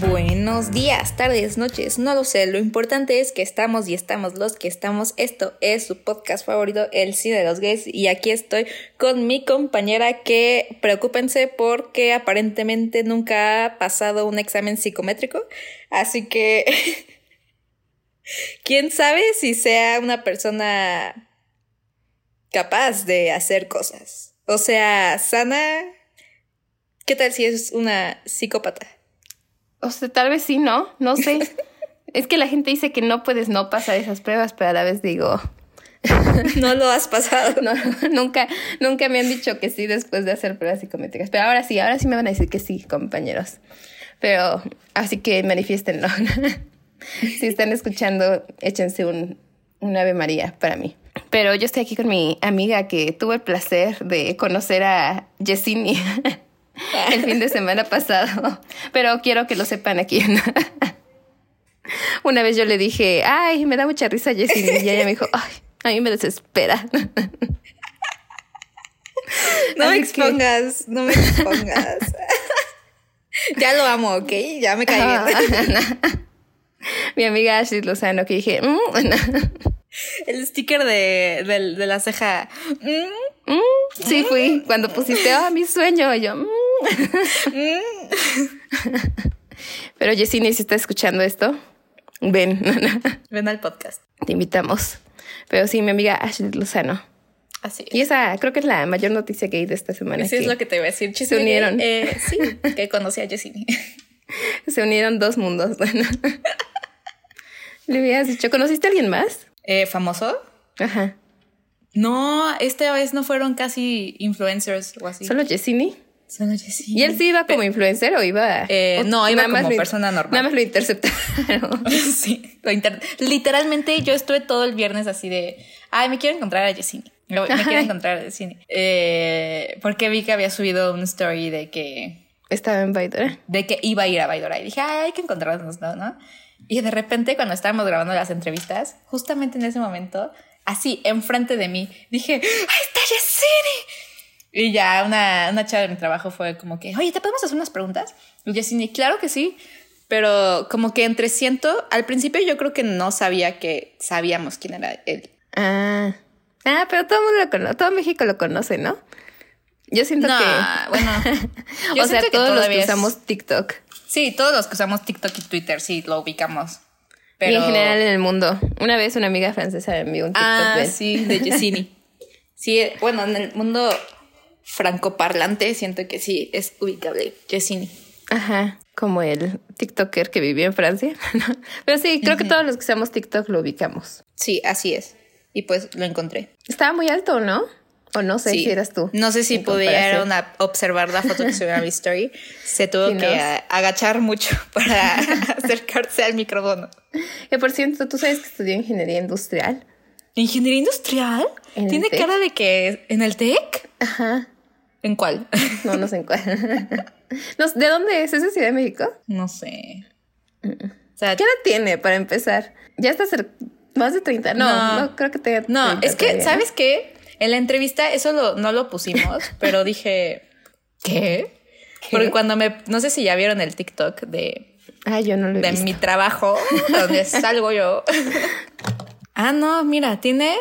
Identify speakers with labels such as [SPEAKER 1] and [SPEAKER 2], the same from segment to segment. [SPEAKER 1] buenos días, tardes, noches, no lo sé. Lo importante es que estamos y estamos los que estamos. Esto es su podcast favorito, El Cine de los Gays. Y aquí estoy con mi compañera que preocúpense porque aparentemente nunca ha pasado un examen psicométrico. Así que... ¿Quién sabe si sea una persona capaz de hacer cosas? O sea, sana. ¿Qué tal si es una psicópata?
[SPEAKER 2] O sea, tal vez sí, ¿no? No sé. es que la gente dice que no puedes no pasar esas pruebas, pero a la vez digo...
[SPEAKER 1] no lo has pasado.
[SPEAKER 2] No, nunca, nunca me han dicho que sí después de hacer pruebas psicométricas. Pero ahora sí, ahora sí me van a decir que sí, compañeros. Pero así que manifiéstenlo. si están escuchando, échense un, un, Ave María para mí. Pero yo estoy aquí con mi amiga que tuvo el placer de conocer a Yesini el fin de semana pasado. Pero quiero que lo sepan aquí. Una vez yo le dije, ay, me da mucha risa Yesini. Y ella me dijo, ay, a mí me desespera.
[SPEAKER 1] No Así me expongas, que... no me expongas. ya lo amo, ¿ok? Ya me caí bien.
[SPEAKER 2] mi amiga Ashley Lozano que dije mm, no.
[SPEAKER 1] el sticker de, de, de la ceja
[SPEAKER 2] mm, mm, sí fui cuando pusiste oh, mi sueño yo
[SPEAKER 1] Mm.
[SPEAKER 2] pero Yesenia si está escuchando esto ven
[SPEAKER 1] ven al podcast
[SPEAKER 2] te invitamos pero sí mi amiga Ashley Lozano Así es. Y esa creo que es la mayor noticia que hay de esta semana.
[SPEAKER 1] Eso es lo que te iba a decir.
[SPEAKER 2] se unieron.
[SPEAKER 1] Eh, sí, que conocí a Yesenia.
[SPEAKER 2] Se unieron dos mundos. Bueno. Le hubieras dicho, ¿conociste a alguien más?
[SPEAKER 1] Eh, ¿Famoso?
[SPEAKER 2] Ajá.
[SPEAKER 1] No, esta vez no fueron casi influencers o así.
[SPEAKER 2] ¿Solo Jessini?
[SPEAKER 1] Solo Jessini.
[SPEAKER 2] ¿Y él sí iba como influencer o iba...?
[SPEAKER 1] Eh,
[SPEAKER 2] o
[SPEAKER 1] no, iba como lo, persona normal.
[SPEAKER 2] Nada más lo interceptaron.
[SPEAKER 1] sí, lo inter literalmente yo estuve todo el viernes así de... Ay, me quiero encontrar a Jessini. Me, me quiero encontrar a Jessini. Eh, porque vi que había subido un story de que...
[SPEAKER 2] Estaba en Baidora.
[SPEAKER 1] De que iba a ir a Baidora. Y dije, Ay, hay que encontrarnos, ¿no? ¿no? Y de repente, cuando estábamos grabando las entrevistas, justamente en ese momento, así, enfrente de mí, dije, ¡ahí está Yesini! Y ya una, una chava de mi trabajo fue como que, oye, ¿te podemos hacer unas preguntas? Y Yesini, claro que sí. Pero como que entre ciento, al principio yo creo que no sabía que sabíamos quién era él.
[SPEAKER 2] Ah, ah pero todo el mundo lo conoce, todo México lo conoce, ¿no? Yo siento
[SPEAKER 1] no,
[SPEAKER 2] que.
[SPEAKER 1] Bueno.
[SPEAKER 2] Yo o sea, que todos los que es... usamos TikTok.
[SPEAKER 1] Sí, todos los que usamos TikTok y Twitter, sí, lo ubicamos.
[SPEAKER 2] Pero... Y en general en el mundo. Una vez una amiga francesa me envió un TikTok.
[SPEAKER 1] Ah,
[SPEAKER 2] de...
[SPEAKER 1] sí, de Yesini. sí, bueno, en el mundo francoparlante siento que sí es ubicable, Yesini.
[SPEAKER 2] Ajá, como el TikToker que vivió en Francia. Pero sí, creo uh -huh. que todos los que usamos TikTok lo ubicamos.
[SPEAKER 1] Sí, así es. Y pues lo encontré.
[SPEAKER 2] Estaba muy alto, ¿no? O no sé sí. si eras tú.
[SPEAKER 1] No sé si pudieron observar la foto que subí a mi story. Se tuvo sí, que no. agachar mucho para acercarse al micrófono.
[SPEAKER 2] Que por cierto, tú sabes que estudió ingeniería industrial.
[SPEAKER 1] ¿Ingeniería industrial? ¿Tiene cara tech? de que en el TEC?
[SPEAKER 2] Ajá.
[SPEAKER 1] ¿En cuál?
[SPEAKER 2] No, no sé en cuál. no, ¿De dónde es? ¿Es de Ciudad de México?
[SPEAKER 1] No sé.
[SPEAKER 2] Uh -uh. O sea, ¿Qué edad tiene para empezar? Ya está cerca. Más de 30. No, no, no creo que tenga.
[SPEAKER 1] No,
[SPEAKER 2] 30
[SPEAKER 1] es que, todavía, ¿sabes qué? En la entrevista eso lo, no lo pusimos, pero dije, ¿qué? ¿Qué? Porque cuando me, no sé si ya vieron el TikTok de,
[SPEAKER 2] ah, yo no lo he
[SPEAKER 1] de
[SPEAKER 2] visto.
[SPEAKER 1] mi trabajo, donde salgo yo. ah, no, mira, tiene,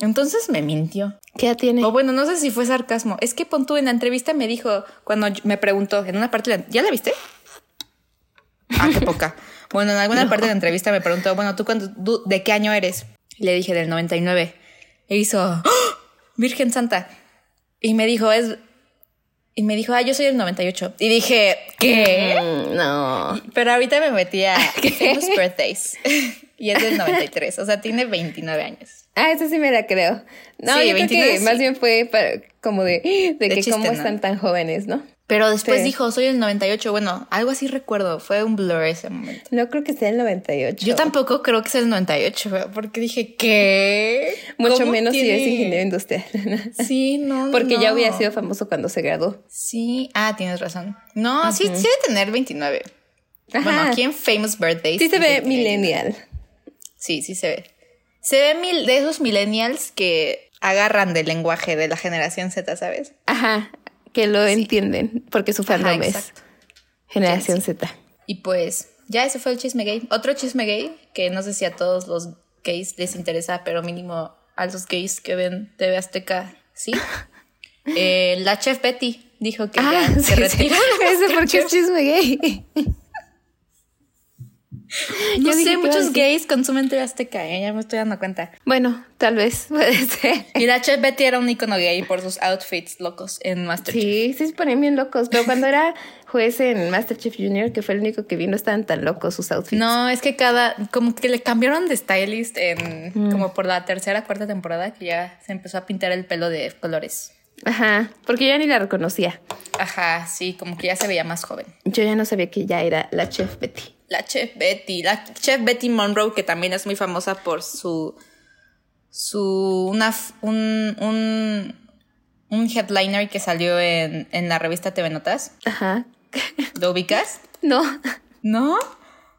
[SPEAKER 1] entonces me mintió.
[SPEAKER 2] ¿Qué ya tiene?
[SPEAKER 1] O bueno, no sé si fue sarcasmo. Es que Pontú en la entrevista me dijo, cuando me preguntó, en una parte, de la, ¿ya la viste? Ah, qué poca. Bueno, en alguna no. parte de la entrevista me preguntó, bueno, ¿tú, cuánto, tú, de qué año eres? Y le dije del 99. E hizo, ¡Oh! Virgen Santa. Y me dijo, es. Y me dijo, ah, yo soy el 98. Y dije, ¿qué?
[SPEAKER 2] Mm, no.
[SPEAKER 1] Pero ahorita me metí a Famous Birthdays. y es del 93. O sea, tiene 29 años.
[SPEAKER 2] Ah, eso sí me la creo. No, sí, yo 29, creo que sí. más bien fue para, como de, de, de que chiste, cómo ¿no? están tan jóvenes, ¿no?
[SPEAKER 1] Pero después sí. dijo, soy el 98. Bueno, algo así recuerdo. Fue un blur ese momento.
[SPEAKER 2] No creo que sea el 98.
[SPEAKER 1] Yo tampoco creo que sea el 98, porque dije, ¿qué?
[SPEAKER 2] Mucho menos tiene? si es ingeniero industrial.
[SPEAKER 1] Sí, no.
[SPEAKER 2] Porque
[SPEAKER 1] no.
[SPEAKER 2] ya hubiera sido famoso cuando se graduó.
[SPEAKER 1] Sí. Ah, tienes razón. No, uh -huh. sí, sí debe tener 29. Ajá. Bueno, aquí en Famous Birthdays.
[SPEAKER 2] Sí se ve millennial.
[SPEAKER 1] Sí, sí se ve. Se ve mil de esos millennials que agarran del lenguaje de la generación Z, ¿sabes?
[SPEAKER 2] Ajá, que lo sí. entienden, porque su fandom Ajá, es Generación sí, sí. Z.
[SPEAKER 1] Y pues, ya ese fue el chisme gay. Otro chisme gay que no sé si a todos los gays les interesa, pero mínimo a los gays que ven TV Azteca, sí. Eh, la chef Betty dijo que ya
[SPEAKER 2] Ah, sí,
[SPEAKER 1] se retira.
[SPEAKER 2] sí. Ese porque es chisme gay.
[SPEAKER 1] No
[SPEAKER 2] Yo
[SPEAKER 1] sé,
[SPEAKER 2] dije, ¿qué vas a
[SPEAKER 1] muchos
[SPEAKER 2] decir?
[SPEAKER 1] gays consumen TV Azteca, eh, ya me estoy dando cuenta.
[SPEAKER 2] Bueno, tal vez puede ser.
[SPEAKER 1] Y la chef Betty era un icono gay por sus outfits locos en Masterchef.
[SPEAKER 2] Sí, sí se ponían bien locos, pero cuando era juez en Masterchef Junior, que fue el único que vi, no estaban tan locos sus outfits.
[SPEAKER 1] No, es que cada, como que le cambiaron de stylist en,
[SPEAKER 2] Mm.
[SPEAKER 1] como por la tercera, cuarta temporada, que ya se empezó a pintar el pelo de colores.
[SPEAKER 2] Ajá, porque yo ya ni la reconocía.
[SPEAKER 1] Ajá, sí, como que ya se veía más joven.
[SPEAKER 2] Yo ya no sabía que ya era la chef Betty.
[SPEAKER 1] La chef Betty, la chef Betty Monroe, que también es muy famosa por su, su, una, f- un, un, un headliner que salió en, en la revista TV Notas.
[SPEAKER 2] Ajá.
[SPEAKER 1] ¿Lo ubicas?
[SPEAKER 2] No.
[SPEAKER 1] ¿No?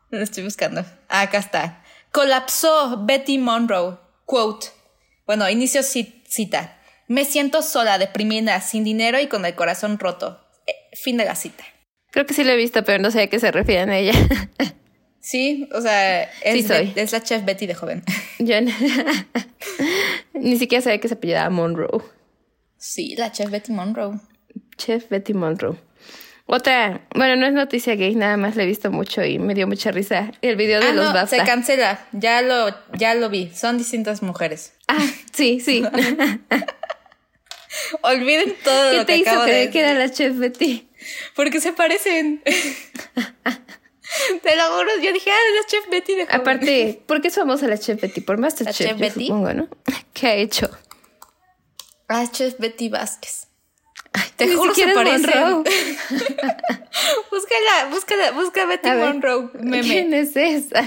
[SPEAKER 1] Lo estoy buscando. Ah, Acá está. Colapsó Betty Monroe. Quote. Bueno, inicio ci- cita. Me siento sola, deprimida, sin dinero y con el corazón roto. Eh, fin de la cita.
[SPEAKER 2] Creo que sí lo he visto, pero no sabía a qué se refieren a ella.
[SPEAKER 1] Sí, o sea, es,
[SPEAKER 2] Sí soy.
[SPEAKER 1] Bet- es la chef Betty de joven.
[SPEAKER 2] Yo n- ni siquiera sabía que se apellidaba Monroe.
[SPEAKER 1] Sí, la chef Betty Monroe.
[SPEAKER 2] Chef Betty Monroe. Otra, bueno, no es noticia gay, nada más la he visto mucho y me dio mucha risa. El video de
[SPEAKER 1] Ah,
[SPEAKER 2] los
[SPEAKER 1] no,
[SPEAKER 2] BAFTA.
[SPEAKER 1] se cancela. Ya lo, ya lo vi. Son distintas mujeres.
[SPEAKER 2] ah, sí, sí.
[SPEAKER 1] Olviden todo
[SPEAKER 2] ¿Qué
[SPEAKER 1] lo
[SPEAKER 2] te
[SPEAKER 1] que
[SPEAKER 2] hizo
[SPEAKER 1] acabo
[SPEAKER 2] creer
[SPEAKER 1] de
[SPEAKER 2] que era la chef Betty?
[SPEAKER 1] Porque se parecen. Te lo juro, yo dije, ah, es la chef Betty de joven.
[SPEAKER 2] Aparte, ¿por qué es famosa la chef Betty? Por Masterchef,
[SPEAKER 1] chef
[SPEAKER 2] yo
[SPEAKER 1] Betty?
[SPEAKER 2] supongo, ¿no? ¿Qué ha hecho?
[SPEAKER 1] Ah, chef Betty Vázquez.
[SPEAKER 2] ni
[SPEAKER 1] Te juro que
[SPEAKER 2] siquiera es
[SPEAKER 1] parecen.
[SPEAKER 2] Monroe.
[SPEAKER 1] búscala, búscala, busca Betty
[SPEAKER 2] A ver,
[SPEAKER 1] Monroe meme.
[SPEAKER 2] ¿Quién es esa?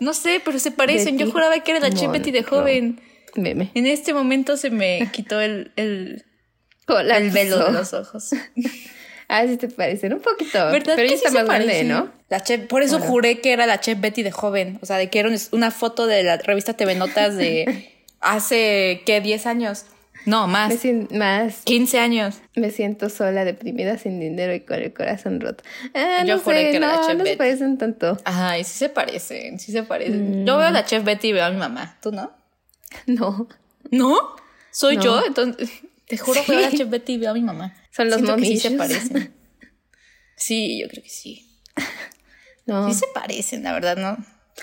[SPEAKER 1] No sé, pero se parecen. Yo
[SPEAKER 2] Betty
[SPEAKER 1] juraba que era la chef Betty de
[SPEAKER 2] Monroe.
[SPEAKER 1] joven.
[SPEAKER 2] Meme.
[SPEAKER 1] En este momento se me quitó el, el,
[SPEAKER 2] Hola,
[SPEAKER 1] el velo de los ojos.
[SPEAKER 2] Ah, sí te parecen un poquito.
[SPEAKER 1] ¿Verdad
[SPEAKER 2] Pero
[SPEAKER 1] que
[SPEAKER 2] ella
[SPEAKER 1] sí
[SPEAKER 2] está
[SPEAKER 1] se
[SPEAKER 2] más grande,
[SPEAKER 1] parecen?
[SPEAKER 2] ¿no?
[SPEAKER 1] La chef, por eso juré que era la chef Betty de joven. O sea, de que era un- una foto de la revista TV Notas de hace, ¿qué? 10 años. No,
[SPEAKER 2] Me
[SPEAKER 1] más.
[SPEAKER 2] sien- más
[SPEAKER 1] 15 años.
[SPEAKER 2] me siento sola, deprimida, sin dinero y con el corazón roto. Ah,
[SPEAKER 1] Yo
[SPEAKER 2] no
[SPEAKER 1] juré
[SPEAKER 2] sé,
[SPEAKER 1] que era la
[SPEAKER 2] no,
[SPEAKER 1] chef
[SPEAKER 2] no se
[SPEAKER 1] Betty.
[SPEAKER 2] parecen tanto.
[SPEAKER 1] Ajá, y sí se parecen, sí se
[SPEAKER 2] Mm.
[SPEAKER 1] parecen. Yo veo a la chef Betty y veo a mi mamá. ¿Tú no?
[SPEAKER 2] No.
[SPEAKER 1] ¿No? ¿Soy
[SPEAKER 2] No.
[SPEAKER 1] yo? Entonces, te juro que veo a la
[SPEAKER 2] Sí.
[SPEAKER 1] chef Betty y veo a mi mamá.
[SPEAKER 2] Son los
[SPEAKER 1] Siento que
[SPEAKER 2] mommy
[SPEAKER 1] sí se
[SPEAKER 2] issues.
[SPEAKER 1] parecen. Sí, yo creo que sí.
[SPEAKER 2] No.
[SPEAKER 1] Sí se parecen, la verdad, ¿no?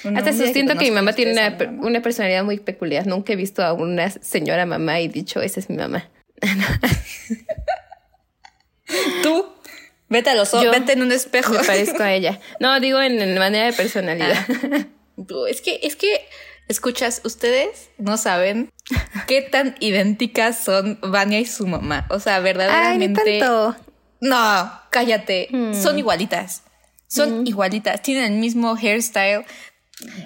[SPEAKER 1] Un
[SPEAKER 2] Hasta
[SPEAKER 1] hombre
[SPEAKER 2] siento que mi
[SPEAKER 1] conozco
[SPEAKER 2] mamá tiene
[SPEAKER 1] ustedes,
[SPEAKER 2] una, per-
[SPEAKER 1] a mi mamá.
[SPEAKER 2] una personalidad muy peculiar. Nunca he visto a una señora mamá y dicho, esa es mi mamá.
[SPEAKER 1] Tú, vete a los ojos,
[SPEAKER 2] Yo-
[SPEAKER 1] vete en un espejo.
[SPEAKER 2] Me parezco a ella. No, digo en, en manera de personalidad.
[SPEAKER 1] Tú, Es que, es que, escuchas, ustedes no saben qué tan idénticas son Vania y su mamá. O sea,
[SPEAKER 2] Ay, ni
[SPEAKER 1] verdaderamente...
[SPEAKER 2] tanto. Hmm.
[SPEAKER 1] No, cállate. Son igualitas. Son igualitas. Tienen el mismo hairstyle.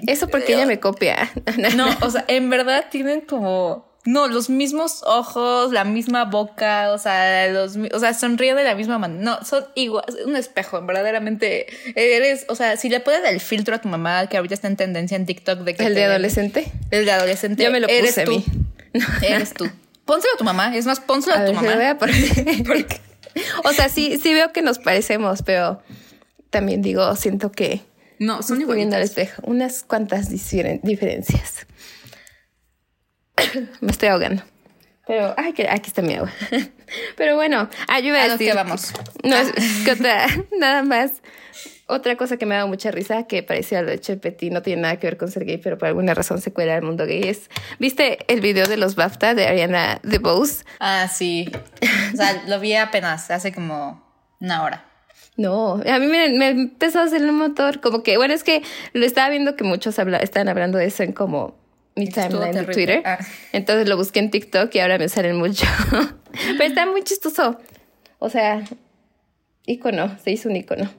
[SPEAKER 2] Eso porque ella me copia.
[SPEAKER 1] No, o sea, en verdad tienen como. No, los mismos ojos, la misma boca, o sea, los, mi- o sea, sonríen de la misma manera. No, son igual, es un espejo, verdaderamente. Eres, o sea, si le ponen el filtro a tu mamá, que ahorita está en tendencia en TikTok de que
[SPEAKER 2] El de
[SPEAKER 1] te-
[SPEAKER 2] adolescente.
[SPEAKER 1] el de adolescente,
[SPEAKER 2] Yo me lo
[SPEAKER 1] eres
[SPEAKER 2] puse a
[SPEAKER 1] tú.
[SPEAKER 2] mí.
[SPEAKER 1] Eres tú. Pónselo a tu mamá, es más, pónselo a,
[SPEAKER 2] A
[SPEAKER 1] tu
[SPEAKER 2] ver, se lo voy
[SPEAKER 1] mamá.
[SPEAKER 2] a poner.
[SPEAKER 1] Porque
[SPEAKER 2] O sea, sí, sí veo que nos parecemos, pero también digo, siento que
[SPEAKER 1] no, son
[SPEAKER 2] pues estoy viendo
[SPEAKER 1] igualitas.
[SPEAKER 2] al espejo. Unas cuantas difieren- diferencias. Me estoy ahogando. Pero, ay, que- aquí está mi agua. Pero bueno, ayuda
[SPEAKER 1] A lo que vamos. Ah.
[SPEAKER 2] No, es- que otra, nada más. Otra cosa que me ha dado mucha risa, que parecía lo de Chef Petit, no tiene nada que ver con ser gay, pero por alguna razón se cuela al mundo gay, es... ¿Viste el video de los BAFTA de Ariana DeBose?
[SPEAKER 1] Ah, sí. O sea, lo vi apenas, hace como una hora.
[SPEAKER 2] No, a mí me, me empezó a hacer un motor, como que, bueno, es que lo estaba viendo que muchos habla, estaban hablando de eso en como mi
[SPEAKER 1] Estuvo
[SPEAKER 2] timeline de
[SPEAKER 1] terrible.
[SPEAKER 2] Twitter.
[SPEAKER 1] Ah.
[SPEAKER 2] Entonces lo busqué en TikTok y ahora me salen mucho. Pero está muy chistoso. O sea, ícono, se hizo un ícono.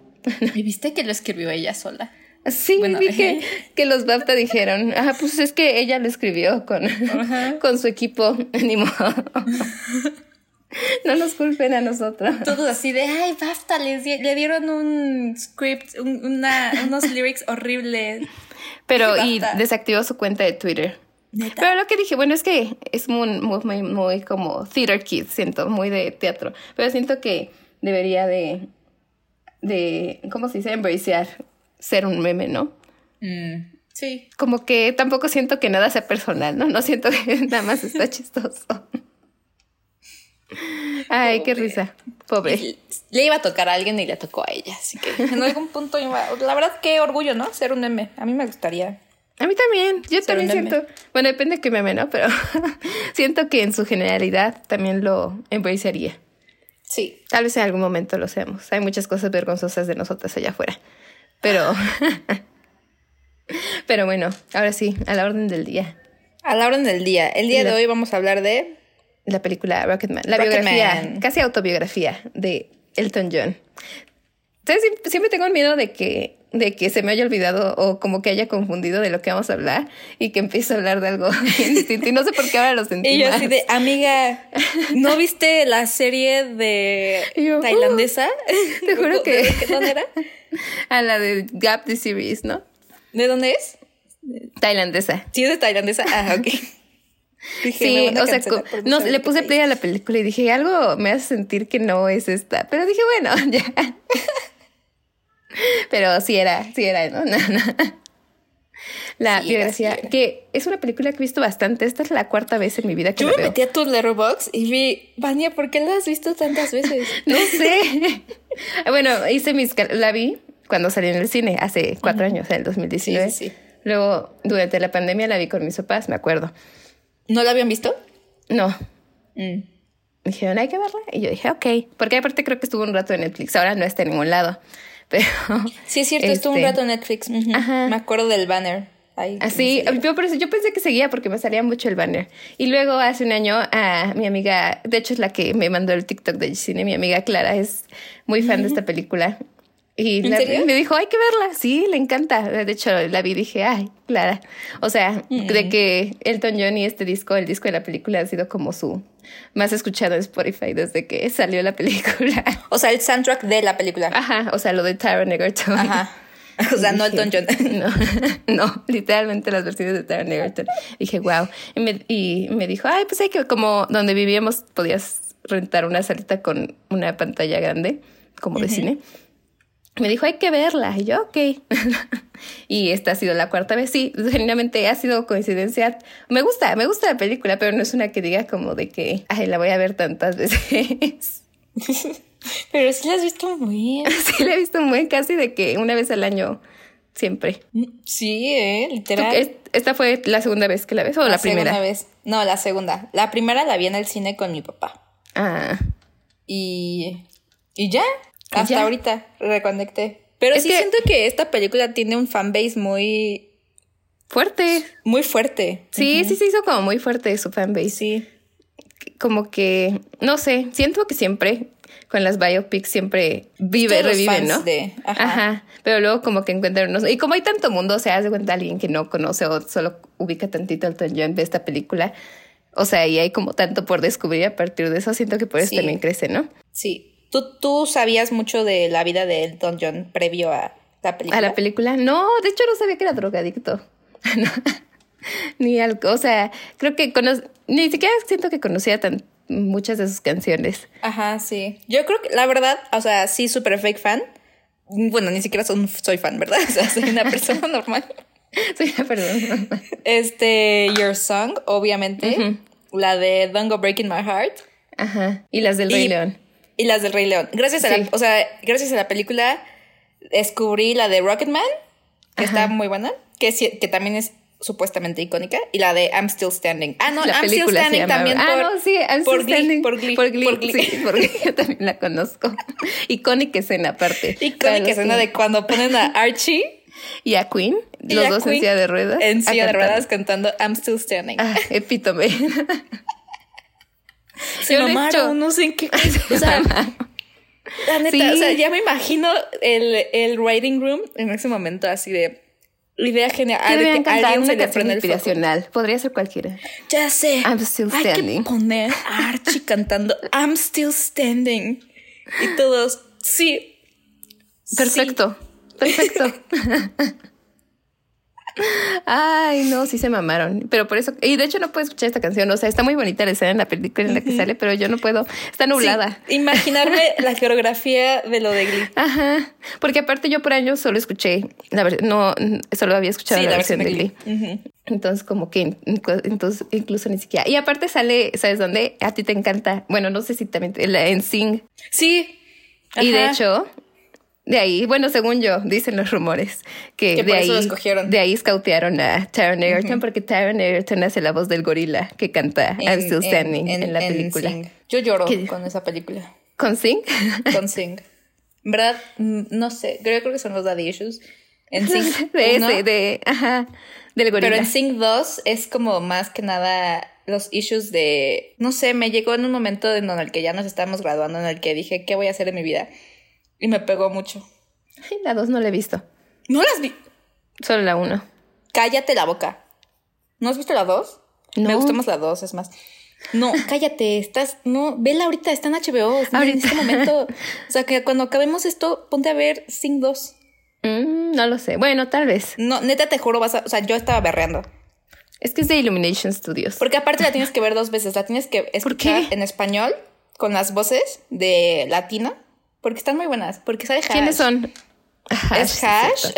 [SPEAKER 1] ¿Y viste que lo escribió ella sola?
[SPEAKER 2] Sí,
[SPEAKER 1] Bueno,
[SPEAKER 2] dije que los BAFTA dijeron, ah, pues es que ella lo escribió con,
[SPEAKER 1] Ajá.
[SPEAKER 2] con su equipo, ni modo. No nos culpen a nosotros.
[SPEAKER 1] Todos así de, ay, basta, les di- le dieron un script, un- una- unos lyrics horribles.
[SPEAKER 2] Pero
[SPEAKER 1] Sí,
[SPEAKER 2] y
[SPEAKER 1] basta.
[SPEAKER 2] desactivó su cuenta de Twitter.
[SPEAKER 1] Neta.
[SPEAKER 2] Pero lo que dije, bueno, es que es muy, muy, muy, muy como theater kid, siento, muy de teatro. Pero siento que debería de, de ¿cómo se dice? Embracear ser un meme, ¿no?
[SPEAKER 1] Mm, sí.
[SPEAKER 2] Como que tampoco siento que nada sea personal, ¿no? No siento que nada más está chistoso. Ay, qué
[SPEAKER 1] Pobre.
[SPEAKER 2] risa. Pobre.
[SPEAKER 1] Y Le iba a tocar a alguien y le tocó a ella, así que en algún punto iba... La verdad, qué orgullo, ¿no? Ser un meme. A mí me gustaría.
[SPEAKER 2] A mí también, yo
[SPEAKER 1] Ser
[SPEAKER 2] también
[SPEAKER 1] un meme.
[SPEAKER 2] siento, bueno, depende de qué meme, ¿no? Pero siento que en su generalidad también lo embracearía.
[SPEAKER 1] Sí.
[SPEAKER 2] Tal vez en algún momento lo seamos. Hay muchas cosas vergonzosas de nosotras allá afuera. Pero. pero bueno, ahora sí, a la orden del día.
[SPEAKER 1] A la orden del día. El día
[SPEAKER 2] La-
[SPEAKER 1] de hoy vamos a hablar de...
[SPEAKER 2] La película Rocketman. La
[SPEAKER 1] Rocketman.
[SPEAKER 2] biografía, casi autobiografía de Elton John. Entonces, siem- siempre tengo el miedo de que, de que se me haya olvidado o como que haya confundido de lo que vamos a hablar y que empiece a hablar de algo bien distinto. Y no sé por qué ahora lo sentí.
[SPEAKER 1] Y yo
[SPEAKER 2] más.
[SPEAKER 1] así de, amiga, ¿no viste la serie de
[SPEAKER 2] Y yo,
[SPEAKER 1] tailandesa?
[SPEAKER 2] te juro que-
[SPEAKER 1] ¿De dónde era?
[SPEAKER 2] A la de Gap the Series, ¿no?
[SPEAKER 1] ¿De dónde es?
[SPEAKER 2] Tailandesa.
[SPEAKER 1] Sí, es de tailandesa. Ah, ok. Dije, me van
[SPEAKER 2] sí,
[SPEAKER 1] a
[SPEAKER 2] o sea,
[SPEAKER 1] cancelar
[SPEAKER 2] co-
[SPEAKER 1] por
[SPEAKER 2] no,
[SPEAKER 1] saber
[SPEAKER 2] le
[SPEAKER 1] qué
[SPEAKER 2] puse
[SPEAKER 1] país.
[SPEAKER 2] play a la película y dije, algo me hace sentir que no es esta. Pero dije, bueno, ya. Pero sí era, sí era, ¿no? No, no. La
[SPEAKER 1] Sí era, sí
[SPEAKER 2] biografía,
[SPEAKER 1] era.
[SPEAKER 2] que es una película que he visto bastante. Esta es la cuarta vez en mi vida que
[SPEAKER 1] Yo
[SPEAKER 2] la
[SPEAKER 1] me
[SPEAKER 2] veo.
[SPEAKER 1] metí a tu Letterboxd y vi, Vania, ¿por qué la has visto tantas veces?
[SPEAKER 2] No sé. bueno, hice mis... cal- La vi cuando salí en el cine, hace cuatro años, en el 2019.
[SPEAKER 1] Sí, sí, sí.
[SPEAKER 2] Luego, durante la pandemia la vi con mis papás, me acuerdo.
[SPEAKER 1] ¿No la habían visto?
[SPEAKER 2] No,
[SPEAKER 1] Mm.
[SPEAKER 2] Me dijeron, hay que verla. Y yo dije, ok. Porque aparte creo que estuvo un rato en Netflix. Ahora no está en ningún lado. Pero
[SPEAKER 1] Sí, es cierto, estuvo un
[SPEAKER 2] Este.
[SPEAKER 1] rato en Netflix. ujú.
[SPEAKER 2] Ajá. Ah,
[SPEAKER 1] Me acuerdo del banner. Ahí, que
[SPEAKER 2] así,
[SPEAKER 1] me salió.
[SPEAKER 2] yo, por eso- yo pensé que seguía porque me salía mucho el banner. Y luego hace un año, a mi amiga, de hecho es la que me mandó el TikTok de cine, mi amiga Clara es muy fan de esta película. Y
[SPEAKER 1] ¿En
[SPEAKER 2] la-
[SPEAKER 1] serio?
[SPEAKER 2] me dijo, hay que verla. Sí, le encanta. De hecho, la vi y dije, ay, Clara. O sea,
[SPEAKER 1] Mm.
[SPEAKER 2] de que Elton John y este disco, el disco de la película, ha sido como su más escuchado en Spotify desde que salió la película.
[SPEAKER 1] O sea, el soundtrack de la película.
[SPEAKER 2] Ajá, o sea, lo de Taron Egerton.
[SPEAKER 1] Ajá. O sea, no el Don John.
[SPEAKER 2] No, no, literalmente las versiones de Taron Egerton. Dije, wow. Y me, y me dijo, ay, pues hay que, como donde vivíamos, podías rentar una salita con una pantalla grande, como de cine. Me dijo, hay que verla. Y yo, ok. y esta ha sido la cuarta vez. Sí, genuinamente ha sido coincidencia. Me gusta, me gusta la película, pero no es una que diga como de que, ay, la voy a ver tantas veces.
[SPEAKER 1] Pero sí la has visto muy bien.
[SPEAKER 2] Sí, la he visto muy casi de que una vez al año, siempre.
[SPEAKER 1] Sí, eh,
[SPEAKER 2] ¿Tú
[SPEAKER 1] literal.
[SPEAKER 2] qué- ¿Esta fue la segunda vez que la ves o la, primera?
[SPEAKER 1] segunda vez. No, la segunda. La primera la vi en el cine con mi papá.
[SPEAKER 2] Ah,
[SPEAKER 1] Y. Y ya. Hasta
[SPEAKER 2] Ya.
[SPEAKER 1] ahorita reconecté. Pero
[SPEAKER 2] Es
[SPEAKER 1] sí
[SPEAKER 2] que-
[SPEAKER 1] siento que esta película tiene un fanbase muy.
[SPEAKER 2] fuerte.
[SPEAKER 1] muy fuerte.
[SPEAKER 2] Sí, sí se hizo como muy fuerte su fanbase.
[SPEAKER 1] Sí.
[SPEAKER 2] Como que, no sé, siento que siempre con las biopics siempre vive,
[SPEAKER 1] Todos los
[SPEAKER 2] reviven,
[SPEAKER 1] fans
[SPEAKER 2] ¿no?
[SPEAKER 1] de-
[SPEAKER 2] Ajá.
[SPEAKER 1] ajá.
[SPEAKER 2] Pero luego como que encuentran unos... Y como hay tanto mundo, o sea, haz de cuenta alguien que no conoce o solo ubica tantito al Elton John de esta película. O sea, y hay como tanto por descubrir a partir de eso. Siento que por eso
[SPEAKER 1] Sí.
[SPEAKER 2] también crece, ¿no?
[SPEAKER 1] Sí. ¿Tú, tú sabías mucho de la vida de Elton John previo a la película.
[SPEAKER 2] ¿A la película? No, de hecho no sabía que era drogadicto. No. ni algo. O sea, creo que cono- ni siquiera siento que conocía tan muchas de sus canciones.
[SPEAKER 1] Ajá, sí. Yo creo que, la verdad, o sea, sí, súper fake fan. Bueno, ni siquiera son- soy fan, ¿verdad? O sea, soy una persona normal.
[SPEAKER 2] Soy una perdón.
[SPEAKER 1] Este, Your Song, obviamente. La de Don't Go Breaking My Heart.
[SPEAKER 2] Ajá. Y las del Rey
[SPEAKER 1] Y-
[SPEAKER 2] León.
[SPEAKER 1] Y las del Rey León. Gracias a
[SPEAKER 2] Sí.
[SPEAKER 1] la, o sea, gracias a la película descubrí la de Rocketman, que está muy buena, que, sí- que también es supuestamente icónica, y la de I'm Still Standing. Ah, no,
[SPEAKER 2] la
[SPEAKER 1] I'm Still
[SPEAKER 2] película se
[SPEAKER 1] Standing
[SPEAKER 2] llama.
[SPEAKER 1] también
[SPEAKER 2] ah,
[SPEAKER 1] por,
[SPEAKER 2] no, sí, I'm
[SPEAKER 1] por
[SPEAKER 2] Still
[SPEAKER 1] Glee,
[SPEAKER 2] Standing.
[SPEAKER 1] por Glee,
[SPEAKER 2] Por Glee,
[SPEAKER 1] por Glee.
[SPEAKER 2] sí, por Glee, yo también la conozco. Icónica escena aparte. Para los
[SPEAKER 1] Icónica escena
[SPEAKER 2] que-
[SPEAKER 1] de cuando ponen a Archie
[SPEAKER 2] Y a Queen,
[SPEAKER 1] y
[SPEAKER 2] los
[SPEAKER 1] a
[SPEAKER 2] dos en
[SPEAKER 1] Queen
[SPEAKER 2] silla de ruedas.
[SPEAKER 1] en
[SPEAKER 2] a
[SPEAKER 1] silla de
[SPEAKER 2] cantar.
[SPEAKER 1] ruedas cantando I'm Still Standing.
[SPEAKER 2] Ah, epítome.
[SPEAKER 1] Se
[SPEAKER 2] yo lo he
[SPEAKER 1] mamaron,
[SPEAKER 2] hecho.
[SPEAKER 1] no sé en qué. O sea, la neta,
[SPEAKER 2] Sí.
[SPEAKER 1] o sea, ya me imagino el, el writing room en ese momento así de idea genial. Ah,
[SPEAKER 2] ¿Qué
[SPEAKER 1] de
[SPEAKER 2] deberían
[SPEAKER 1] que
[SPEAKER 2] cantar?
[SPEAKER 1] alguien se
[SPEAKER 2] Una
[SPEAKER 1] le
[SPEAKER 2] canción
[SPEAKER 1] prende el foco.
[SPEAKER 2] inspiracional. Podría ser cualquiera.
[SPEAKER 1] Ya sé.
[SPEAKER 2] I'm still
[SPEAKER 1] Hay
[SPEAKER 2] standing.
[SPEAKER 1] que poner a Archie cantando I'm still standing. Y todos, sí.
[SPEAKER 2] Perfecto, perfecto. Ay, no, sí se mamaron. Pero por eso, y de hecho no puedo escuchar esta canción. O sea, está muy bonita la escena en la película en la que sale, pero yo no puedo. Está nublada.
[SPEAKER 3] Sí, imaginarme la coreografía de lo de Glee.
[SPEAKER 2] Ajá. Porque aparte yo por años solo escuché la versión, no, solo había escuchado
[SPEAKER 3] Sí,
[SPEAKER 2] la,
[SPEAKER 3] la
[SPEAKER 2] versión,
[SPEAKER 3] versión de
[SPEAKER 2] de Glee. Entonces, como que in- incu- entonces, incluso ni siquiera. Y aparte sale, ¿sabes dónde? A ti te encanta. Bueno, no sé si también te- la- en Sing.
[SPEAKER 3] Sí.
[SPEAKER 2] Y de
[SPEAKER 3] Ajá.
[SPEAKER 2] hecho, de ahí, bueno, según yo, dicen los rumores, que,
[SPEAKER 1] Que
[SPEAKER 2] de
[SPEAKER 1] por
[SPEAKER 2] ahí
[SPEAKER 1] eso lo escogieron.
[SPEAKER 2] De ahí scoutearon a Taron Egerton, porque Taron Egerton hace la voz del gorila que canta I'm Still Standing en, la película.
[SPEAKER 1] Sing. Yo lloro
[SPEAKER 2] ¿Qué?
[SPEAKER 1] con esa película,
[SPEAKER 2] ¿Con Sing?
[SPEAKER 1] con Sing. En verdad, mm, no sé, creo, creo que son los daddy issues. En Sing
[SPEAKER 2] de
[SPEAKER 1] uno,
[SPEAKER 2] ese, de, ajá, del gorila.
[SPEAKER 1] Pero en Sing 2 es como más que nada los issues de, no sé, me llegó en un momento en el que ya nos estábamos graduando, en el que dije, ¿qué voy a hacer en mi vida? Y me pegó mucho.
[SPEAKER 2] Ay, la dos no la he visto,
[SPEAKER 1] No las vi.
[SPEAKER 2] solo la uno.
[SPEAKER 1] Cállate la boca. ¿No has visto la 2?
[SPEAKER 2] No.
[SPEAKER 1] Me gustó más la 2, es más. No, cállate, estás, no, vela ahorita, está en HBO, está en
[SPEAKER 2] Ahorita.
[SPEAKER 1] este momento. O sea, que cuando acabemos esto, ponte a ver Sing 2.
[SPEAKER 2] Mm, no lo sé, bueno, tal vez.
[SPEAKER 1] No, neta, te juro, vas a, o sea, yo estaba berreando.
[SPEAKER 2] Es que es de Illumination Studios.
[SPEAKER 1] Porque aparte la tienes que ver dos veces. La tienes que escuchar
[SPEAKER 2] qué?
[SPEAKER 1] en español con las voces de latina. Porque están muy buenas. Porque sale Hash.
[SPEAKER 2] ¿Quiénes son? Hash,
[SPEAKER 1] Es
[SPEAKER 2] sí,
[SPEAKER 1] Hash.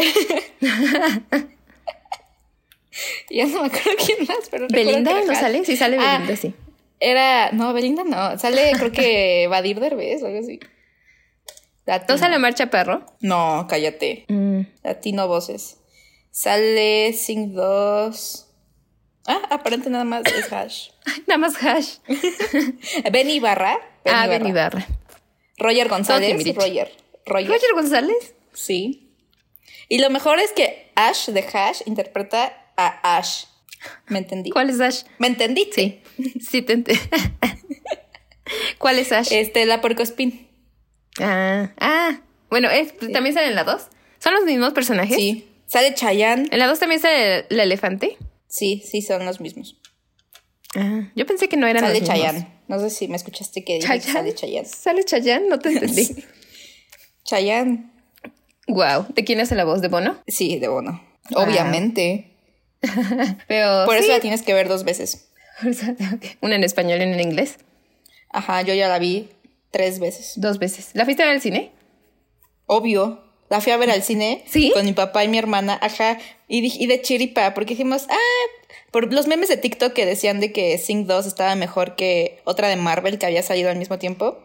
[SPEAKER 2] cierto.
[SPEAKER 1] ya no me acuerdo quién más, pero recuerdo que
[SPEAKER 2] ¿Belinda
[SPEAKER 1] era
[SPEAKER 2] no
[SPEAKER 1] Hash.
[SPEAKER 2] sale? Sí, sale
[SPEAKER 1] Ah,
[SPEAKER 2] Belinda, sí.
[SPEAKER 1] Era. No, Belinda no. Sale, creo que Vadir Derbez o algo así. Latino.
[SPEAKER 2] ¿No sale Marcha Perro?
[SPEAKER 1] No, cállate.
[SPEAKER 2] Mm.
[SPEAKER 1] Latino voces. Sale Sing 2. Ah, aparente nada más es Hash.
[SPEAKER 2] Nada más Hash.
[SPEAKER 1] Benny Barra.
[SPEAKER 2] ah, Ben Ibarra.
[SPEAKER 1] Roger González.
[SPEAKER 2] Timbiriche.
[SPEAKER 1] Roger. Roger.
[SPEAKER 2] ¿Roger González?
[SPEAKER 1] Sí. Y lo mejor es que Ash de Hash interpreta a Ash. ¿Me entendí?
[SPEAKER 2] ¿Cuál es Ash?
[SPEAKER 1] ¿Me entendí?
[SPEAKER 2] Sí. Sí, te ent- ¿Cuál es Ash?
[SPEAKER 1] Este, la porcospin.
[SPEAKER 2] Ah, ah. Bueno, es- también sale en la 2. ¿Son los mismos personajes?
[SPEAKER 1] Sí. Sale Chayanne.
[SPEAKER 2] ¿En la 2 también sale el, el elefante?
[SPEAKER 1] Sí, sí, son los mismos.
[SPEAKER 2] Ah, yo pensé que no eran
[SPEAKER 1] sale
[SPEAKER 2] los mismos.
[SPEAKER 1] Chayanne. No sé si me escuchaste que dije que
[SPEAKER 2] ¿Chayanne?
[SPEAKER 1] sale Chayanne.
[SPEAKER 2] ¿Sale Chayanne? No te entendí.
[SPEAKER 1] Chayanne.
[SPEAKER 2] Wow. ¿De quién hace la voz? ¿De Bono?
[SPEAKER 1] Sí, de Bono.
[SPEAKER 2] Wow.
[SPEAKER 1] Obviamente.
[SPEAKER 2] Pero
[SPEAKER 1] Por
[SPEAKER 2] Ah. sí.
[SPEAKER 1] eso la tienes que ver dos veces.
[SPEAKER 2] Por eso- ok. Una en español y una en inglés.
[SPEAKER 1] Ajá, yo ya la vi tres veces.
[SPEAKER 2] Dos veces. ¿La fuiste a ver al cine?
[SPEAKER 1] Obvio. La fui a ver al cine
[SPEAKER 2] ¿Sí?
[SPEAKER 1] con mi papá y mi hermana, ajá, y, di- y de chiripa, porque dijimos, ah, por los memes de TikTok que decían de que Sing 2 estaba mejor que otra de Marvel que había salido al mismo tiempo.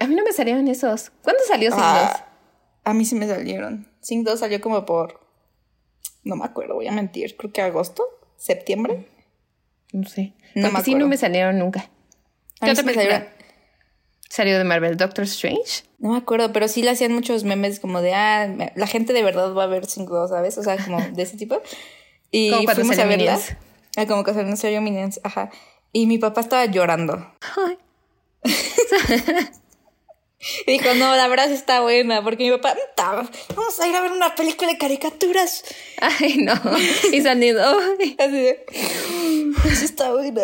[SPEAKER 2] A mí no me salieron esos. ¿Cuándo salió Sing
[SPEAKER 1] Ah, a mí sí me salieron. Sing 2 salió como por, no me acuerdo, voy a mentir, creo que agosto, septiembre.
[SPEAKER 2] dos? No sé.
[SPEAKER 1] No
[SPEAKER 2] Porque
[SPEAKER 1] me
[SPEAKER 2] sí no
[SPEAKER 1] acuerdo.
[SPEAKER 2] me salieron nunca.
[SPEAKER 1] A
[SPEAKER 2] ¿Qué
[SPEAKER 1] mí
[SPEAKER 2] otra
[SPEAKER 1] sí me
[SPEAKER 2] película?
[SPEAKER 1] salieron-
[SPEAKER 2] Salió de Marvel. ¿Doctor Strange?
[SPEAKER 1] No me acuerdo, pero sí le hacían muchos memes como de, ah, me- la gente de verdad va a ver 5-2, ¿sabes? O sea, como de ese tipo. Y
[SPEAKER 2] Como cuando
[SPEAKER 1] fuimos a
[SPEAKER 2] salió
[SPEAKER 1] verla.
[SPEAKER 2] Minions.
[SPEAKER 1] Ah, como cuando salió serio Minions, ajá. Y mi papá estaba llorando.
[SPEAKER 2] Ay.
[SPEAKER 1] Y dijo, no, la verdad sí está buena, porque mi papá, "Mm, ta, vamos a ir a ver una película de caricaturas.
[SPEAKER 2] Ay, no. Y sonido. Ay.
[SPEAKER 1] Así de, sí está buena.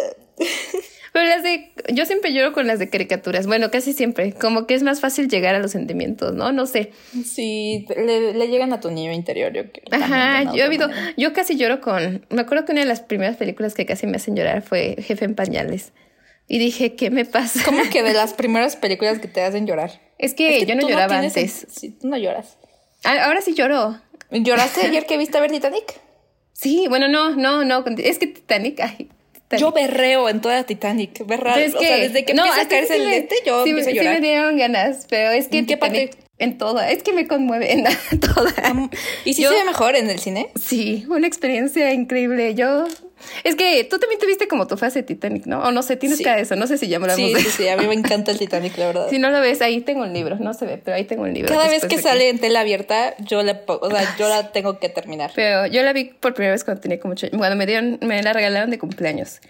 [SPEAKER 2] Pero las de. Yo siempre lloro con las de caricaturas. Bueno, casi siempre. Como que es más fácil llegar a los sentimientos, ¿no? No sé.
[SPEAKER 1] Sí, le, le llegan a tu niño interior, yo creo. también,
[SPEAKER 2] Ajá.
[SPEAKER 1] de una
[SPEAKER 2] Yo
[SPEAKER 1] otra
[SPEAKER 2] he habido.
[SPEAKER 1] manera.
[SPEAKER 2] Yo casi lloro con. Me acuerdo que una de las primeras películas que casi me hacen llorar fue Jefe en Pañales. Y dije, ¿qué me pasa?
[SPEAKER 1] ¿Cómo que de las primeras películas que te hacen llorar?
[SPEAKER 2] Es que,
[SPEAKER 1] Es que
[SPEAKER 2] yo no
[SPEAKER 1] tú
[SPEAKER 2] lloraba
[SPEAKER 1] tienes-
[SPEAKER 2] antes.
[SPEAKER 1] Sí, tú no lloras.
[SPEAKER 2] A- Ahora sí lloro.
[SPEAKER 1] ¿Lloraste ayer que viste a ver Titanic?
[SPEAKER 2] Sí, bueno, no, no, no. con- Es que Titanic. Ay, Titanic.
[SPEAKER 1] Yo berreo en toda Titanic, berreo.
[SPEAKER 2] Pero es
[SPEAKER 1] o sea, desde que empieza a
[SPEAKER 2] antes
[SPEAKER 1] caerse
[SPEAKER 2] sí
[SPEAKER 1] el
[SPEAKER 2] me-
[SPEAKER 1] lente, yo
[SPEAKER 2] sí, me-
[SPEAKER 1] empiezo a
[SPEAKER 2] sí
[SPEAKER 1] llorar.
[SPEAKER 2] me dieron ganas, pero es que
[SPEAKER 1] ¿En qué
[SPEAKER 2] Titanic- En toda, es que me conmueve en toda.
[SPEAKER 1] ¿Y si
[SPEAKER 2] Yo-
[SPEAKER 1] se ve mejor en el cine?
[SPEAKER 2] Sí, una experiencia increíble. Yo es que tú también tuviste como tu fase Titanic, ¿no? O no sé, tienes
[SPEAKER 1] Sí.
[SPEAKER 2] cara de eso, no sé si ya hablamos
[SPEAKER 1] Sí,
[SPEAKER 2] de
[SPEAKER 1] sí, sí, a mí me encanta el Titanic, la verdad.
[SPEAKER 2] Si no lo ves, ahí tengo un libro, no se ve, pero ahí tengo un libro.
[SPEAKER 1] Cada vez
[SPEAKER 2] después
[SPEAKER 1] que
[SPEAKER 2] de
[SPEAKER 1] sale en tela abierta, yo la, po- o sea, yo la tengo que terminar.
[SPEAKER 2] Pero yo la vi por primera vez cuando tenía como ocho- cuando me dieron, me la regalaron de cumpleaños.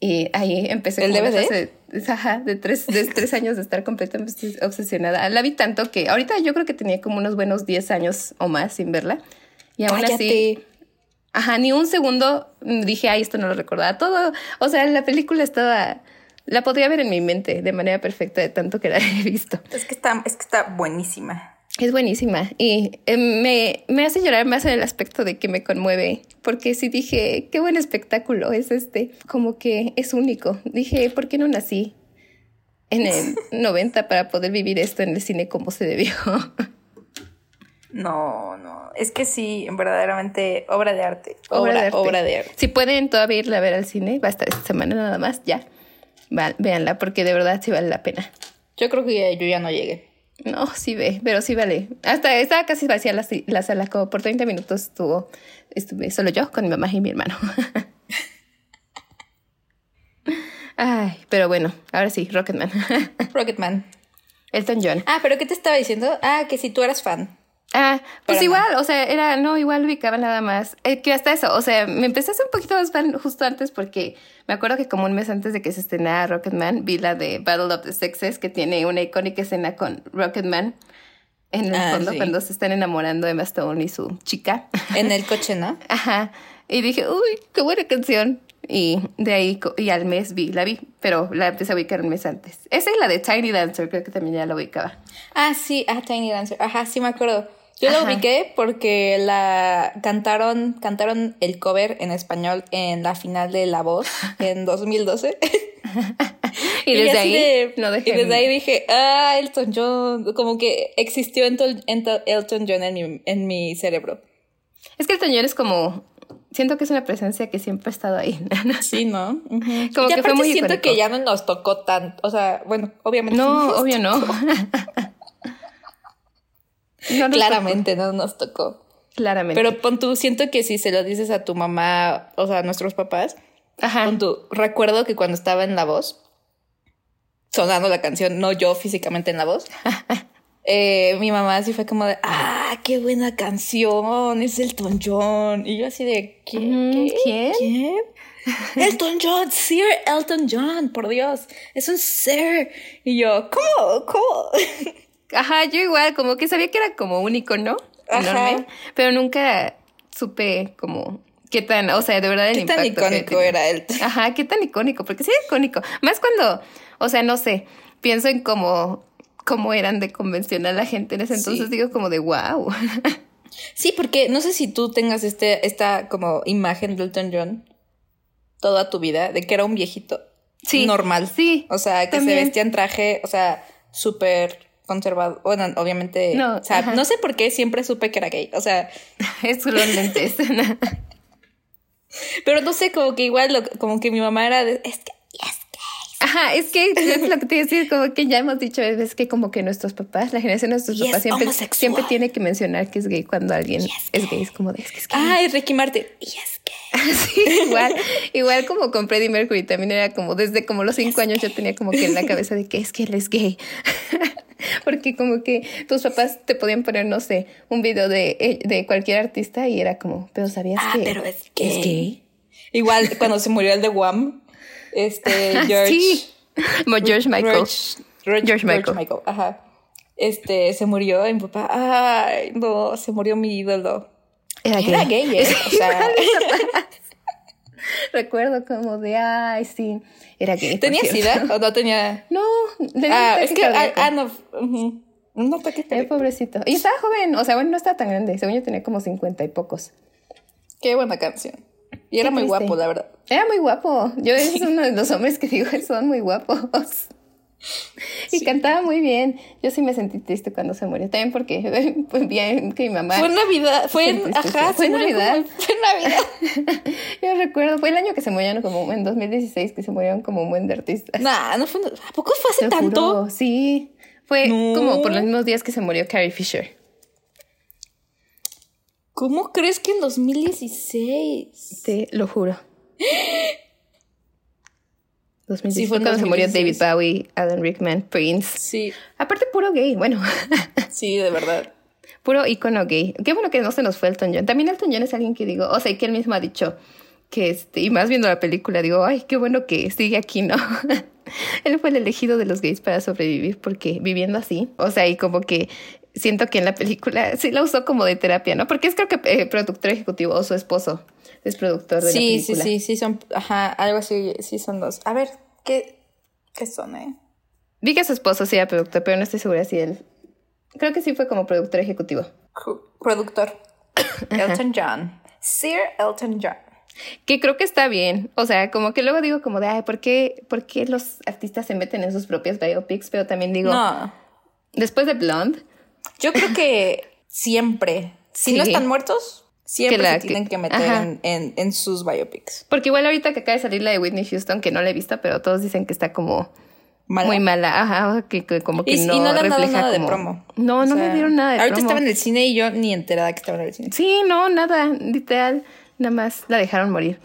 [SPEAKER 2] Y ahí empecé
[SPEAKER 1] ¿El
[SPEAKER 2] como una
[SPEAKER 1] DVD?
[SPEAKER 2] fase de- ajá, de tres, de tres años de estar completamente obsesionada. La vi tanto que ahorita yo creo que tenía como unos buenos 10 años o más sin verla. Y aún
[SPEAKER 1] Cállate.
[SPEAKER 2] así, ajá, ni un segundo mm, dije, ay, esto no lo recordaba. Todo, o sea, la película estaba, la podría ver en mi mente de manera perfecta de tanto que la he visto.
[SPEAKER 1] Es que está, es que está buenísima.
[SPEAKER 2] Es buenísima y eh, me, me hace llorar más en el aspecto de que me conmueve, porque sí dije, qué buen espectáculo es este, como que es único. Dije, ¿por qué no nací en el 90 para poder vivir esto en el cine como se debió?
[SPEAKER 4] No, no. Es que sí, verdaderamente, obra de arte.
[SPEAKER 2] Obra de arte.
[SPEAKER 4] Obra de arte.
[SPEAKER 2] Si pueden todavía irla a ver al cine, va a estar esta semana nada más, ya. Va- véanla, porque de verdad sí vale la pena.
[SPEAKER 1] Yo creo que ya- yo ya no llegué.
[SPEAKER 2] No, sí ve, pero sí vale. Hasta estaba casi vacía la, si- la sala, como por 30 minutos estuvo, estuve solo yo con mi mamá y mi hermano. Ay, pero bueno, ahora sí, Rocketman.
[SPEAKER 1] Rocketman.
[SPEAKER 2] Elton John.
[SPEAKER 1] Ah, pero ¿qué te estaba diciendo? Ah, que si tú eras fan.
[SPEAKER 2] Ah,
[SPEAKER 1] Pero
[SPEAKER 2] pues
[SPEAKER 1] no.
[SPEAKER 2] igual, o sea, era, no, igual ubicaba nada más. Eh, que hasta eso, o sea, me empecé a hacer un poquito más fan justo antes porque me acuerdo que como un mes antes de que se estrenara Rocketman, vi la de Battle of the Sexes, que tiene una icónica escena con Rocketman en el
[SPEAKER 1] Ah,
[SPEAKER 2] fondo
[SPEAKER 1] sí.
[SPEAKER 2] cuando se están enamorando de Stone y su chica.
[SPEAKER 1] En el coche, ¿no?
[SPEAKER 2] Ajá. Y dije, uy, qué buena canción. Y de ahí, co- y al mes vi, la vi, pero la empecé a ubicar un mes antes. Esa es la de Tiny Dancer, creo que también ya la ubicaba.
[SPEAKER 1] Ah, sí, ah, Tiny Dancer. Ajá, sí me acuerdo. Yo la
[SPEAKER 2] Ajá.
[SPEAKER 1] ubiqué porque la cantaron, cantaron el cover en español en la final de La Voz en 2012.
[SPEAKER 2] Y, desde ahí,
[SPEAKER 1] así de-
[SPEAKER 2] no dejé.
[SPEAKER 1] y desde ahí dije, ah, Elton John, como que existió Elton, Elton- Elton John en mi, en mi cerebro.
[SPEAKER 2] Es que el Toñón es como. Siento que es una presencia que siempre ha estado ahí.
[SPEAKER 1] Sí, ¿no?
[SPEAKER 2] Como
[SPEAKER 1] Como
[SPEAKER 2] que fue
[SPEAKER 1] que
[SPEAKER 2] muy
[SPEAKER 1] siento
[SPEAKER 2] icónico.
[SPEAKER 1] que ya no nos tocó tanto, o sea, bueno, obviamente sí
[SPEAKER 2] no,
[SPEAKER 1] nos-
[SPEAKER 2] obvio no. No nos
[SPEAKER 1] claramente no nos tocó.
[SPEAKER 2] tocó, claramente.
[SPEAKER 1] Pero pon tú, siento que si se lo dices a tu mamá, o sea, a nuestros papás,
[SPEAKER 2] Ajá.
[SPEAKER 1] Pon tú, recuerdo que cuando estaba en la voz, sonando la canción, no yo físicamente en la voz, eh, mi mamá así fue como de, ah, qué buena canción, es Elton John. Y yo así de, ¿quién?
[SPEAKER 2] Mm,
[SPEAKER 1] ¿qué?
[SPEAKER 2] ¿Quién?
[SPEAKER 1] ¿Quién? Elton John, Sir Elton John, por Dios, es un Sir. Y yo, ¿cómo? ¿Cómo?
[SPEAKER 2] Ajá, yo igual, como que sabía que era como un icono
[SPEAKER 1] Ajá.
[SPEAKER 2] enorme, pero nunca supe como qué tan, o sea, de verdad el
[SPEAKER 1] ¿Qué tan
[SPEAKER 2] impacto que
[SPEAKER 1] icónico
[SPEAKER 2] tenía.
[SPEAKER 1] era Elton?
[SPEAKER 2] Ajá, qué tan icónico, porque sí es icónico. Más cuando, o sea, no sé, pienso en cómo, cómo eran de convencional la gente en ese entonces,
[SPEAKER 1] Sí.
[SPEAKER 2] digo como de wow.
[SPEAKER 1] Sí, porque no sé si tú tengas este, esta como imagen de Elton John toda tu vida, de que era un viejito
[SPEAKER 2] Sí.
[SPEAKER 1] normal.
[SPEAKER 2] Sí.
[SPEAKER 1] O sea, que
[SPEAKER 2] También.
[SPEAKER 1] se vestía en traje, o sea, súper conservado. Bueno, obviamente.
[SPEAKER 2] No,
[SPEAKER 1] No, o sea,
[SPEAKER 2] ajá.
[SPEAKER 1] no sé por qué siempre supe que era gay. O sea,
[SPEAKER 2] es los lentes.
[SPEAKER 1] pero no sé, como que igual, lo- como que mi mamá era de. Es que.
[SPEAKER 2] Ajá, es que es lo que te iba a decir, como que ya hemos dicho, es que como que nuestros papás, la generación de nuestros
[SPEAKER 1] Y es
[SPEAKER 2] papás siempre,
[SPEAKER 1] homosexual.
[SPEAKER 2] siempre tiene que mencionar que es gay cuando alguien es gay, es como de, es que es gay.
[SPEAKER 1] Ay, Ricky Martin. Y es que.
[SPEAKER 2] Sí, igual, igual como con Freddie Mercury también era como desde como los cinco años yo tenía como que en la cabeza de que es que él es gay. Porque como que tus papás te podían poner, no sé, un video de, eh, de cualquier artista y era como, pero sabías
[SPEAKER 1] Ah,
[SPEAKER 2] que
[SPEAKER 1] pero es
[SPEAKER 2] que es
[SPEAKER 1] gay".
[SPEAKER 2] gay.
[SPEAKER 1] Igual cuando se murió el de Wham, este,
[SPEAKER 2] Ah,
[SPEAKER 1] George.
[SPEAKER 2] sí. Como George Michael.
[SPEAKER 1] George, George-
[SPEAKER 2] George
[SPEAKER 1] George
[SPEAKER 2] Michael.
[SPEAKER 1] Michael. Ajá. Este, se murió y mi papá. Ay, no, se murió mi ídolo.
[SPEAKER 2] Era gay.
[SPEAKER 1] Era gay, ¿eh? O sea,
[SPEAKER 2] Recuerdo como de, ay, sí, era gay. por
[SPEAKER 1] ¿tenía
[SPEAKER 2] cierto.
[SPEAKER 1] sida o no tenía?
[SPEAKER 2] No, tenía
[SPEAKER 1] Ah,
[SPEAKER 2] un Eh,
[SPEAKER 1] es
[SPEAKER 2] ataque
[SPEAKER 1] que, ah,
[SPEAKER 2] cardíaco.
[SPEAKER 1] ah, no. ujú. Un ataque
[SPEAKER 2] Ay,
[SPEAKER 1] cardíaco.
[SPEAKER 2] pobrecito. Y estaba joven, o sea, bueno, no estaba tan grande. Según yo tenía como cincuenta y pocos.
[SPEAKER 1] Qué buena canción. Y era
[SPEAKER 2] Qué
[SPEAKER 1] muy
[SPEAKER 2] triste.
[SPEAKER 1] guapo, la verdad.
[SPEAKER 2] Era muy guapo. Yo es uno de los hombres que digo son muy guapos. Y cantaba muy bien. Yo sí me sentí triste cuando se murió. También porque pues, bien que mi mamá.
[SPEAKER 1] Fue en Navidad, fue
[SPEAKER 2] Sí,
[SPEAKER 1] en,
[SPEAKER 2] sí, sí, sí.
[SPEAKER 1] ajá,
[SPEAKER 2] Fue en
[SPEAKER 1] se murió como-
[SPEAKER 2] Navidad.
[SPEAKER 1] fue en Navidad.
[SPEAKER 2] Yo recuerdo, fue el año que se murieron como en 2016 que se murieron como un buen de artistas.
[SPEAKER 1] Nah, no fue, ¿a poco fue hace
[SPEAKER 2] Te
[SPEAKER 1] tanto?
[SPEAKER 2] juro, sí. Fue
[SPEAKER 1] No.
[SPEAKER 2] como por los mismos días que se murió Carrie Fisher.
[SPEAKER 1] ¿Cómo crees que en 2016?
[SPEAKER 2] Te lo juro. 2016
[SPEAKER 1] Sí, fue en
[SPEAKER 2] cuando se murió David
[SPEAKER 1] 2016.
[SPEAKER 2] Bowie, Alan Rickman, Prince.
[SPEAKER 1] Sí,
[SPEAKER 2] Aparte, puro gay, bueno.
[SPEAKER 1] sí, de verdad.
[SPEAKER 2] Puro icono gay. Qué bueno que no se nos fue Elton John. También Elton John es alguien que digo, o sea, que él mismo ha dicho que este, y más viendo la película, digo, ay, qué bueno que sigue aquí, ¿no? él fue el elegido de los gays para sobrevivir porque viviendo así, o sea, y como que siento que en la película sí la usó como de terapia, ¿no? Porque es creo que eh, productor ejecutivo o su esposo es productor de la
[SPEAKER 1] Sí, sí,
[SPEAKER 2] película.
[SPEAKER 1] sí, sí, son, ajá, algo así, sí son dos. A ver, ¿qué, qué son, eh?
[SPEAKER 2] Vi que su esposo sí era productor, pero no estoy segura si él Creo que sí fue como productor ejecutivo.
[SPEAKER 1] Cu- Productor. Elton John. Sir Elton John.
[SPEAKER 2] Que creo que está bien. O sea, como que luego digo como de, ay, ¿por qué, por qué los artistas se meten en sus propias biopics? Pero también digo,
[SPEAKER 1] No.
[SPEAKER 2] después de Blonde,
[SPEAKER 1] Yo creo que siempre. Si no
[SPEAKER 2] Sí.
[SPEAKER 1] están muertos, siempre
[SPEAKER 2] Que la-
[SPEAKER 1] se tienen que meter
[SPEAKER 2] ajá.
[SPEAKER 1] en, en- en sus biopics.
[SPEAKER 2] porque igual ahorita que acaba de salir la de Whitney Houston, que no la he visto, pero todos dicen que está como
[SPEAKER 1] Mala.
[SPEAKER 2] muy mala, ajá, que, que como que
[SPEAKER 1] Y- y
[SPEAKER 2] no,
[SPEAKER 1] no le han dado
[SPEAKER 2] refleja
[SPEAKER 1] nada de
[SPEAKER 2] como-
[SPEAKER 1] promo.
[SPEAKER 2] No,
[SPEAKER 1] O
[SPEAKER 2] no
[SPEAKER 1] sea,
[SPEAKER 2] me dieron nada de
[SPEAKER 1] Ahorita
[SPEAKER 2] promo.
[SPEAKER 1] estaba en el cine y yo ni enterada que estaba en el cine.
[SPEAKER 2] Sí, no, nada, literal, nada más la dejaron morir.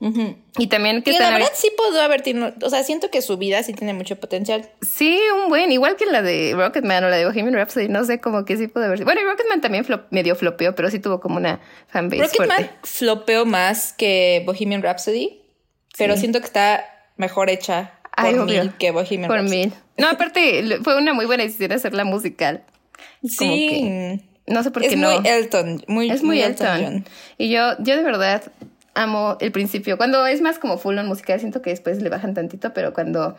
[SPEAKER 1] Ujú.
[SPEAKER 2] Y también que
[SPEAKER 1] Que
[SPEAKER 2] están
[SPEAKER 1] la verdad
[SPEAKER 2] ahorita-
[SPEAKER 1] sí pudo haber tenido, o sea, siento que su vida sí tiene mucho potencial.
[SPEAKER 2] Sí, un buen, igual que la de Rocketman o la de Bohemian Rhapsody, no sé, como que sí pudo haber sido. Bueno, y Rocketman también flop- medio flopeó, pero sí tuvo como una fanbase
[SPEAKER 1] Rocketman
[SPEAKER 2] fuerte.
[SPEAKER 1] flopeó más que Bohemian Rhapsody, pero siento que está mejor hecha por
[SPEAKER 2] Ay,
[SPEAKER 1] mí
[SPEAKER 2] obvio.
[SPEAKER 1] que Bohemian
[SPEAKER 2] Por
[SPEAKER 1] Rhapsody.
[SPEAKER 2] mil. No, aparte, lo- fue una muy buena decisión hacerla musical. Como
[SPEAKER 1] Sí.
[SPEAKER 2] No sé por qué
[SPEAKER 1] es
[SPEAKER 2] no.
[SPEAKER 1] muy Elton, muy,
[SPEAKER 2] es muy Elton.
[SPEAKER 1] John.
[SPEAKER 2] Y yo, yo de verdad amo el principio. Cuando es más como full on musical, siento que después le bajan tantito, pero cuando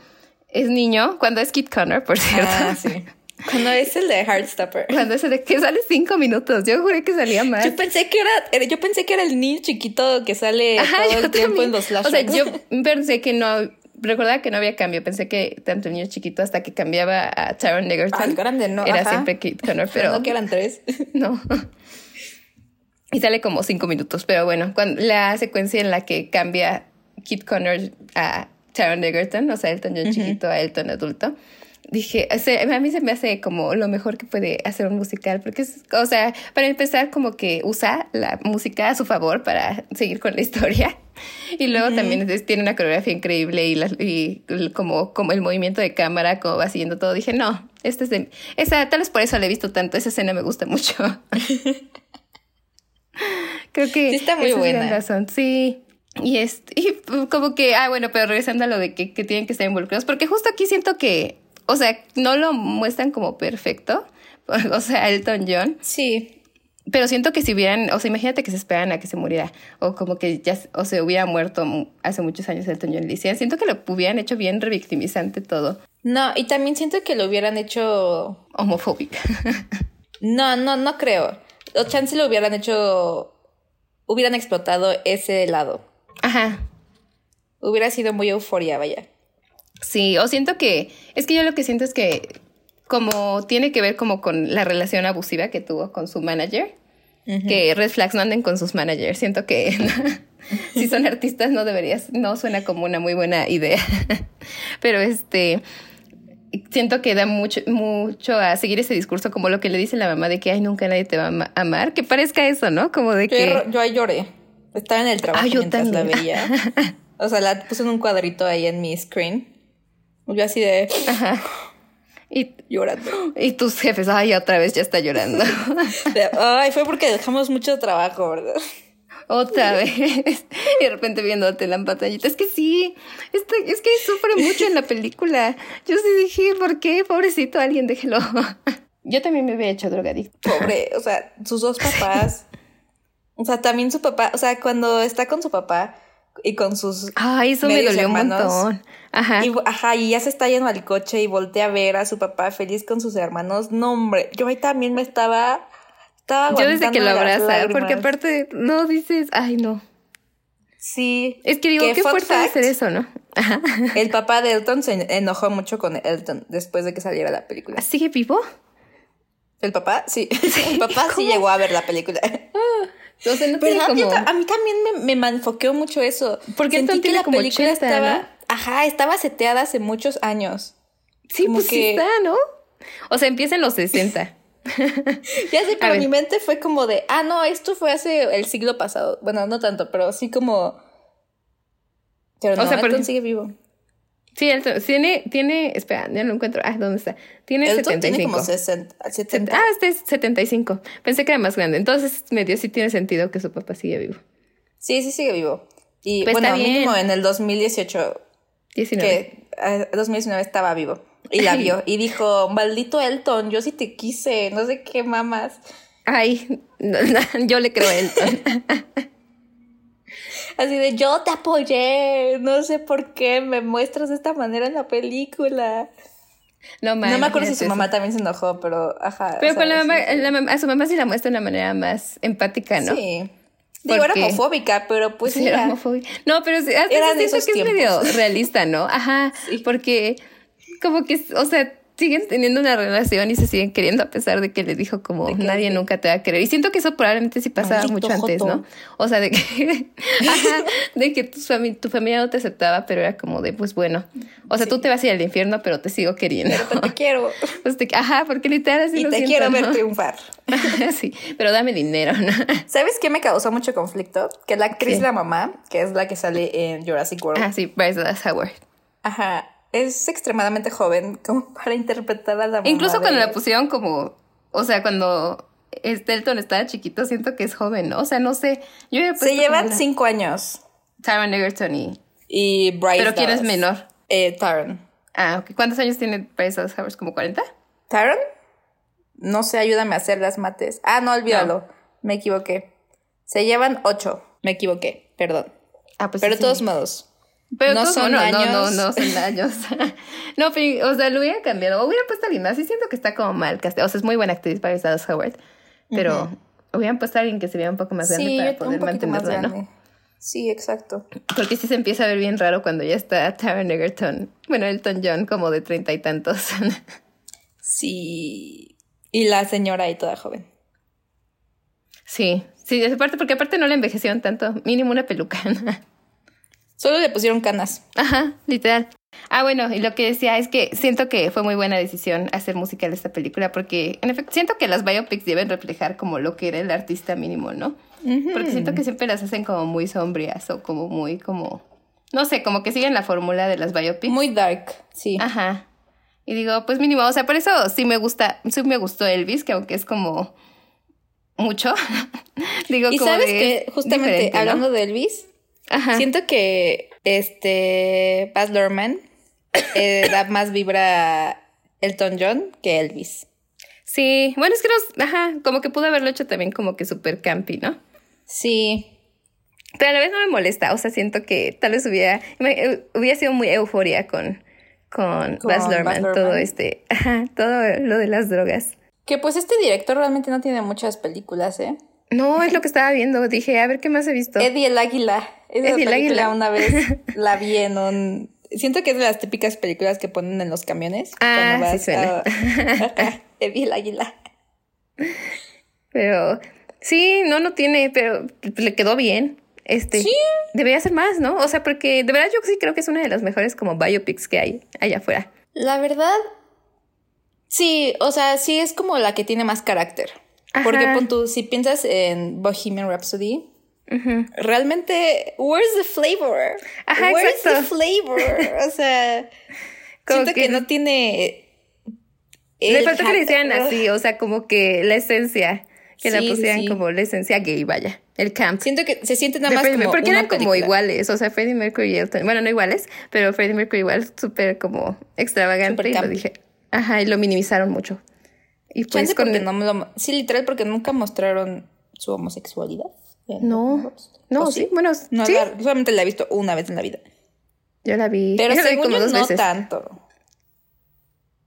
[SPEAKER 2] es niño, cuando es Kid Connor, por cierto.
[SPEAKER 1] Ah, sí. Cuando es el de Heartstopper.
[SPEAKER 2] Cuando es de que sale cinco minutos. Yo juré que salía más.
[SPEAKER 1] Yo pensé que era, era- yo pensé que era el niño chiquito que sale
[SPEAKER 2] Ajá,
[SPEAKER 1] todo
[SPEAKER 2] yo
[SPEAKER 1] el tiempo
[SPEAKER 2] también.
[SPEAKER 1] en los
[SPEAKER 2] O sea,
[SPEAKER 1] flashbacks.
[SPEAKER 2] yo pensé que no. Recordaba que no había cambio. Pensé que tanto el niño chiquito hasta que cambiaba a Taron Egerton.
[SPEAKER 1] Al grande, no,
[SPEAKER 2] Era
[SPEAKER 1] ajá.
[SPEAKER 2] siempre Kid Connor, pero.
[SPEAKER 1] no que eran tres.
[SPEAKER 2] No. Y sale como cinco minutos, pero bueno, cuando, la secuencia en la que cambia Kit Connor a Taron Egerton, o sea, Elton John chiquito a Elton adulto, dije, o sea, a mí se me hace como lo mejor que puede hacer un musical, porque es, o sea, para empezar como que usa la música a su favor para seguir con la historia. Y luego también es- tiene una coreografía increíble y, las- y el- como, como el movimiento de cámara, como va siguiendo todo. Dije, no, este es de, esa, tal vez por eso la he visto tanto, esa escena me gusta mucho. Creo que
[SPEAKER 1] Sí, está muy
[SPEAKER 2] esa es la
[SPEAKER 1] buena.
[SPEAKER 2] razón, sí. Y, es, y como que, ah, bueno, pero regresando a lo de que, que tienen que estar involucrados, porque justo aquí siento que, o sea, no lo muestran como perfecto, o sea, Elton John,
[SPEAKER 1] Sí.
[SPEAKER 2] pero siento que si hubieran, o sea, imagínate que se esperan a que se muriera, o como que ya, se- o se hubiera muerto mu- hace muchos años Elton John Lisian, siento que lo hubieran hecho bien revictimizante todo,
[SPEAKER 1] No, y también siento que lo hubieran hecho
[SPEAKER 2] homofóbica.
[SPEAKER 1] No, no, no creo. O chance lo hubieran hecho. Hubieran explotado ese lado.
[SPEAKER 2] Ajá,
[SPEAKER 1] Hubiera sido muy euforia, vaya.
[SPEAKER 2] Sí, o siento que, es que yo lo que siento es que como tiene que ver como con la relación abusiva que tuvo con su manager, que Red Flags no anden con sus managers, siento que si son artistas no deberías, no suena como una muy buena idea, pero este, siento que da mucho, mucho a seguir ese discurso como lo que le dice la mamá de que, ay, nunca nadie te va a ama- amar, que parezca eso, ¿no? Como de
[SPEAKER 1] Yo, ahí
[SPEAKER 2] que...
[SPEAKER 1] ro- yo ahí lloré. Estaba en el trabajo
[SPEAKER 2] Ah, yo
[SPEAKER 1] mientras la
[SPEAKER 2] también.
[SPEAKER 1] veía. O sea, la puse en un cuadrito ahí en mi screen. Yo así de
[SPEAKER 2] Y,
[SPEAKER 1] llorando.
[SPEAKER 2] y tus jefes, ay, otra vez ya está llorando.
[SPEAKER 1] De- Ay, fue porque dejamos mucho trabajo, ¿verdad?
[SPEAKER 2] Otra vez. Y de repente viéndote la pantallita. Es que sí. Este, es que sufre mucho en la película. Yo sí dije, ¿por qué? Pobrecito, alguien déjelo. Yo también me había hecho drogadicto.
[SPEAKER 1] Pobre, o sea, sus dos papás. O sea, también su papá. O sea, cuando está con su papá y con sus
[SPEAKER 2] Ay, eso me
[SPEAKER 1] Medios
[SPEAKER 2] dolió
[SPEAKER 1] hermanos.
[SPEAKER 2] un montón. Ajá.
[SPEAKER 1] Y, ajá, y ya se está yendo al coche y voltea a ver a su papá feliz con sus hermanos. No, hombre, yo ahí también me estaba. estaba
[SPEAKER 2] Yo desde
[SPEAKER 1] aguantando
[SPEAKER 2] que lo
[SPEAKER 1] las
[SPEAKER 2] abraza,
[SPEAKER 1] lágrimas.
[SPEAKER 2] porque aparte no dices, ay no.
[SPEAKER 1] Sí.
[SPEAKER 2] Es que digo, qué
[SPEAKER 1] fun
[SPEAKER 2] fuerte de
[SPEAKER 1] fact,
[SPEAKER 2] ser eso, ¿no? Ajá.
[SPEAKER 1] El papá de Elton se enojó mucho con Elton después de que saliera la película.
[SPEAKER 2] ¿Sigue vivo?
[SPEAKER 1] ¿El papá? Sí. El papá sí llegó a ver la película.
[SPEAKER 2] O sea, no tiene
[SPEAKER 1] ¿Verdad?
[SPEAKER 2] como...
[SPEAKER 1] Yo ta- a mí también me, me manfoqueó mucho eso.
[SPEAKER 2] Porque Elton tiene como 80,
[SPEAKER 1] estaba.
[SPEAKER 2] ¿no?
[SPEAKER 1] Ajá, estaba seteada hace muchos años.
[SPEAKER 2] Sí,
[SPEAKER 1] como
[SPEAKER 2] pues sí
[SPEAKER 1] que-
[SPEAKER 2] está, ¿no? O sea, empieza en los 60.
[SPEAKER 1] Ya sé, pero
[SPEAKER 2] ver.
[SPEAKER 1] mi mente fue como de, ah, no, esto fue hace el siglo pasado. Bueno, no tanto, pero sí como. Pero
[SPEAKER 2] O
[SPEAKER 1] no,
[SPEAKER 2] sea,
[SPEAKER 1] Elton
[SPEAKER 2] porque-
[SPEAKER 1] sigue vivo.
[SPEAKER 2] Sí, Elton, tiene, tiene, espera, ya lo encuentro. Ah, ¿dónde está? Tiene
[SPEAKER 1] Elton
[SPEAKER 2] 75.
[SPEAKER 1] tiene como 60,
[SPEAKER 2] Set-
[SPEAKER 1] 70.
[SPEAKER 2] Ah, este es 75. Pensé que era más grande. Entonces, medio sí tiene sentido que su papá sigue vivo.
[SPEAKER 1] Sí, sí sigue vivo. Y
[SPEAKER 2] Pues
[SPEAKER 1] bueno,
[SPEAKER 2] está bien.
[SPEAKER 1] mínimo en el 2018,
[SPEAKER 2] 19.
[SPEAKER 1] que eh, 2019 estaba vivo. Y la vio. Y dijo, maldito Elton, yo sí te quise, no sé qué mamas.
[SPEAKER 2] Ay, no, no, yo le creo a Elton.
[SPEAKER 1] Así de, yo te apoyé, no sé por qué me muestras de esta manera en la película. No
[SPEAKER 2] No,
[SPEAKER 1] me acuerdo si
[SPEAKER 2] imagínate
[SPEAKER 1] su
[SPEAKER 2] eso.
[SPEAKER 1] mamá también se enojó, pero ajá.
[SPEAKER 2] Pero
[SPEAKER 1] o
[SPEAKER 2] con la
[SPEAKER 1] sea,
[SPEAKER 2] mamá,
[SPEAKER 1] sí.
[SPEAKER 2] la mamá- a su mamá sí la muestra de una manera más empática, ¿no?
[SPEAKER 1] Sí. Digo, era
[SPEAKER 2] Porque-
[SPEAKER 1] homofóbica, pero pues
[SPEAKER 2] Sí, era
[SPEAKER 1] mira.
[SPEAKER 2] homofóbica. No, pero sí, hasta
[SPEAKER 1] Eran
[SPEAKER 2] eso siento
[SPEAKER 1] esos
[SPEAKER 2] que es medio
[SPEAKER 1] tiempos.
[SPEAKER 2] realista, ¿no? Ajá, porque como que, o sea, siguen teniendo una relación y se siguen queriendo a pesar de que le dijo como
[SPEAKER 1] De que-
[SPEAKER 2] nadie
[SPEAKER 1] de-
[SPEAKER 2] nunca te va a querer. Y siento que eso probablemente sí pasaba
[SPEAKER 1] Maldito
[SPEAKER 2] mucho antes,
[SPEAKER 1] joto.
[SPEAKER 2] ¿no? O sea, de que, ajá, de que tu, fami- tu familia no te aceptaba, pero era como de, pues bueno, o sea, tú te vas a ir al infierno, pero te sigo queriendo.
[SPEAKER 1] Pero te quiero.
[SPEAKER 2] Pues te- ajá, porque literal así
[SPEAKER 1] Y
[SPEAKER 2] lo
[SPEAKER 1] te
[SPEAKER 2] siento,
[SPEAKER 1] quiero ver
[SPEAKER 2] ¿no?
[SPEAKER 1] triunfar.
[SPEAKER 2] sí, pero dame dinero, ¿no?
[SPEAKER 1] ¿Sabes qué me causó mucho conflicto? Que la actriz,
[SPEAKER 2] ¿Qué?
[SPEAKER 1] la mamá, que es la que sale en Jurassic World,
[SPEAKER 2] Ah, sí, Bryce Dallas Howard.
[SPEAKER 1] ajá, es extremadamente joven como para interpretar a la mamá.
[SPEAKER 2] Incluso
[SPEAKER 1] de-
[SPEAKER 2] cuando la pusieron como, o sea, cuando Stelton estaba chiquito, siento que es joven, ¿no? O sea, no sé. Yo hubiera puesto
[SPEAKER 1] Se llevan
[SPEAKER 2] como la-
[SPEAKER 1] cinco años.
[SPEAKER 2] Taron Egerton y...
[SPEAKER 1] Y Bryce.
[SPEAKER 2] Pero ¿quién es
[SPEAKER 1] Dallas.
[SPEAKER 2] menor?
[SPEAKER 1] Eh, Taron.
[SPEAKER 2] Ah, ok. ¿Cuántos años tiene Bryce Dallas Howard? ¿Como 40?
[SPEAKER 1] ¿Taron? No sé, ayúdame a hacer las mates. Ah, no, olvídalo. Me equivoqué. Se llevan ocho. Me equivoqué, perdón.
[SPEAKER 2] Ah, pues
[SPEAKER 1] Pero
[SPEAKER 2] sí,
[SPEAKER 1] de todos
[SPEAKER 2] sí.
[SPEAKER 1] modos.
[SPEAKER 2] Pero
[SPEAKER 1] no
[SPEAKER 2] todos-
[SPEAKER 1] son
[SPEAKER 2] no, no, no,
[SPEAKER 1] años.
[SPEAKER 2] no son años. no, pero, o sea, lo hubiera cambiado. O hubiera puesto a alguien más. Sí siento que está como mal casteado. O sea, es muy buena actriz Bryce Dallas Howard. Pero hubieran puesto a alguien que se viera un poco más grande
[SPEAKER 1] Sí, yo
[SPEAKER 2] para
[SPEAKER 1] un
[SPEAKER 2] poder
[SPEAKER 1] poquito más
[SPEAKER 2] mantenerla, ¿no?
[SPEAKER 1] grande. Sí, exacto.
[SPEAKER 2] Porque sí se empieza a ver bien raro cuando ya está Taron Egerton. Bueno, Elton John como de treinta y tantos.
[SPEAKER 1] Sí. Y la señora ahí toda joven.
[SPEAKER 2] sí, sí, esa parte, porque aparte no le envejecieron tanto. Mínimo una peluca.
[SPEAKER 1] Solo le pusieron canas.
[SPEAKER 2] Ajá, literal. Ah, bueno, y lo que decía es que siento que fue muy buena decisión hacer musical esta película porque, en efecto, siento que las biopics deben reflejar como lo que era el artista mínimo, ¿no? Porque siento que siempre las hacen como muy sombrías o como muy, como, no sé, como que siguen la fórmula de las biopics.
[SPEAKER 1] Muy dark, sí.
[SPEAKER 2] Ajá. Y digo, pues mínimo, o sea, por eso sí me gusta, sí me gustó Elvis, que aunque es como mucho, digo,
[SPEAKER 1] y
[SPEAKER 2] como
[SPEAKER 1] sabes
[SPEAKER 2] de-
[SPEAKER 1] que
[SPEAKER 2] es
[SPEAKER 1] justamente
[SPEAKER 2] diferente, ¿no?
[SPEAKER 1] hablando de Elvis,
[SPEAKER 2] Ajá.
[SPEAKER 1] siento que este Baz Luhrmann eh, da más vibra a Elton John que Elvis.
[SPEAKER 2] Sí, bueno, es que no, ajá, como que pudo haberlo hecho también como que super campi, ¿no?
[SPEAKER 1] Sí,
[SPEAKER 2] Pero a la vez no me molesta, o sea, siento que tal vez hubiera, me- eh, hubiera sido muy euforia con, con,
[SPEAKER 1] Con
[SPEAKER 2] Baz
[SPEAKER 1] Baz
[SPEAKER 2] Luhrmann, todo
[SPEAKER 1] Luhrmann.
[SPEAKER 2] este, ajá, todo lo de las drogas.
[SPEAKER 1] que pues este director realmente no tiene muchas películas, ¿eh?
[SPEAKER 2] No, es lo que estaba viendo, dije, a ver qué más he visto.
[SPEAKER 1] Eddie el Águila. Esa
[SPEAKER 2] Eddie el
[SPEAKER 1] película
[SPEAKER 2] Águila.
[SPEAKER 1] una vez la vi en un... Siento que es de las típicas películas que ponen en los camiones.
[SPEAKER 2] Ah,
[SPEAKER 1] cuando
[SPEAKER 2] sí
[SPEAKER 1] vas
[SPEAKER 2] suena.
[SPEAKER 1] a- Ajá, Eddie el Águila.
[SPEAKER 2] Pero sí, no, no tiene, pero pues, le quedó bien. Este,
[SPEAKER 1] Sí.
[SPEAKER 2] Debería ser más, ¿no? O sea, porque de verdad yo sí creo que es una de las mejores como biopics que hay allá afuera.
[SPEAKER 1] La verdad, sí, o sea, sí es como la que tiene más carácter.
[SPEAKER 2] Ajá.
[SPEAKER 1] Porque pon tú, si piensas en Bohemian Rhapsody, realmente, where's the flavor?
[SPEAKER 2] Ajá,
[SPEAKER 1] where's
[SPEAKER 2] exacto.
[SPEAKER 1] the flavor? O sea,
[SPEAKER 2] Como
[SPEAKER 1] siento que,
[SPEAKER 2] que-
[SPEAKER 1] no tiene.
[SPEAKER 2] le
[SPEAKER 1] el
[SPEAKER 2] faltó que le
[SPEAKER 1] hat-
[SPEAKER 2] hicieran así, o sea, como que la esencia, que la
[SPEAKER 1] Sí, sí,
[SPEAKER 2] pusieran
[SPEAKER 1] sí.
[SPEAKER 2] como la esencia gay, vaya, el camp.
[SPEAKER 1] Siento que se siente nada
[SPEAKER 2] De
[SPEAKER 1] más
[SPEAKER 2] Freddie Mer-
[SPEAKER 1] como.
[SPEAKER 2] porque
[SPEAKER 1] una
[SPEAKER 2] eran como
[SPEAKER 1] película.
[SPEAKER 2] iguales, o sea, Freddie Mercury y Elton, bueno, no iguales, pero Freddie Mercury igual súper como extravagante
[SPEAKER 1] Súper
[SPEAKER 2] y lo
[SPEAKER 1] camp.
[SPEAKER 2] dije, ajá, y lo minimizaron mucho. Y pues
[SPEAKER 1] Chance
[SPEAKER 2] con
[SPEAKER 1] porque no me lo- Sí, literal, porque nunca mostraron su homosexualidad. en Bohemian
[SPEAKER 2] no,
[SPEAKER 1] Rhapsody.
[SPEAKER 2] no,
[SPEAKER 1] ¿O
[SPEAKER 2] sí? bueno,
[SPEAKER 1] No,
[SPEAKER 2] sí,
[SPEAKER 1] la- solamente la he visto una vez en la vida.
[SPEAKER 2] yo la vi,
[SPEAKER 1] Pero
[SPEAKER 2] yo la vi
[SPEAKER 1] según
[SPEAKER 2] como
[SPEAKER 1] yo,
[SPEAKER 2] dos
[SPEAKER 1] no
[SPEAKER 2] veces.
[SPEAKER 1] tanto.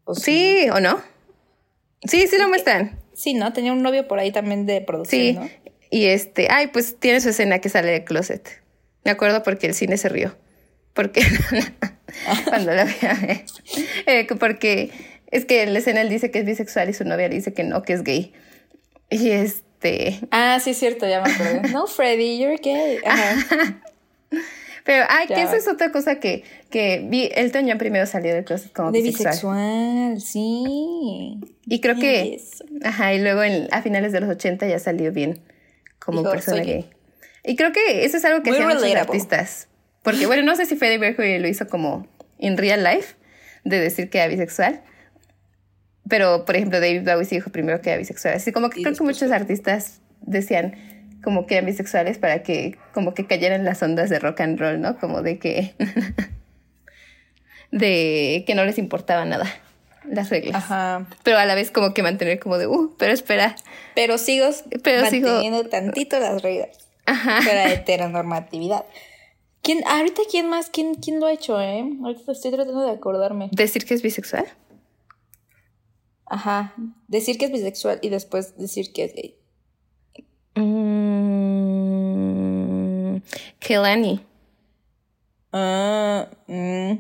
[SPEAKER 1] ¿O
[SPEAKER 2] Sí, ¿o no? Sí, sí lo muestran.
[SPEAKER 1] Sí, ¿no? Tenía un novio por ahí también de producción,
[SPEAKER 2] Sí.
[SPEAKER 1] ¿no?
[SPEAKER 2] Y este, ay, pues tiene su escena que sale del closet. Me acuerdo porque el cine se rió. Porque cuando la vi a ver. Eh, porque es que en la escena él dice que es bisexual y su novia le dice que no, que es gay. Y este,
[SPEAKER 1] Ah, sí, es cierto, ya me acuerdo. no, Freddy, you're gay. Ajá.
[SPEAKER 2] pero ay, que
[SPEAKER 1] Ya.
[SPEAKER 2] eso es otra cosa que que vi Elton John primero salió del closet como
[SPEAKER 1] De
[SPEAKER 2] bisexual.
[SPEAKER 1] bisexual, sí.
[SPEAKER 2] Y creo que
[SPEAKER 1] Yes.
[SPEAKER 2] Ajá, y luego en- a finales de los 80 ya salió bien como
[SPEAKER 1] Dijo,
[SPEAKER 2] persona
[SPEAKER 1] soy
[SPEAKER 2] gay. Y creo que eso es algo que
[SPEAKER 1] Muy
[SPEAKER 2] hacían muchos
[SPEAKER 1] relatable.
[SPEAKER 2] artistas. Porque, bueno, no sé si Freddie Mercury lo hizo como en real life, de decir que era bisexual. Pero, por ejemplo, David Bowie sí dijo primero que era bisexual. Así como que
[SPEAKER 1] Y
[SPEAKER 2] creo que
[SPEAKER 1] después
[SPEAKER 2] muchos artistas decían como que eran bisexuales para que como que cayeran las ondas de rock and roll, ¿no? Como de que... de que no les importaba nada las reglas
[SPEAKER 1] Ajá.
[SPEAKER 2] pero a la vez como que mantener como de, uh, pero espera,
[SPEAKER 1] Pero sigo
[SPEAKER 2] Pero sigo-
[SPEAKER 1] manteniendo tantito las reglas.
[SPEAKER 2] ajá,
[SPEAKER 1] Para heteronormatividad. ¿Quién, ahorita quién más? ¿Quién, quién lo ha hecho, eh? Ahorita estoy tratando de acordarme.
[SPEAKER 2] decir que es bisexual.
[SPEAKER 1] Ajá. Decir que es bisexual y después decir que es gay.
[SPEAKER 2] Mm, Kelani.
[SPEAKER 1] Ah, mm.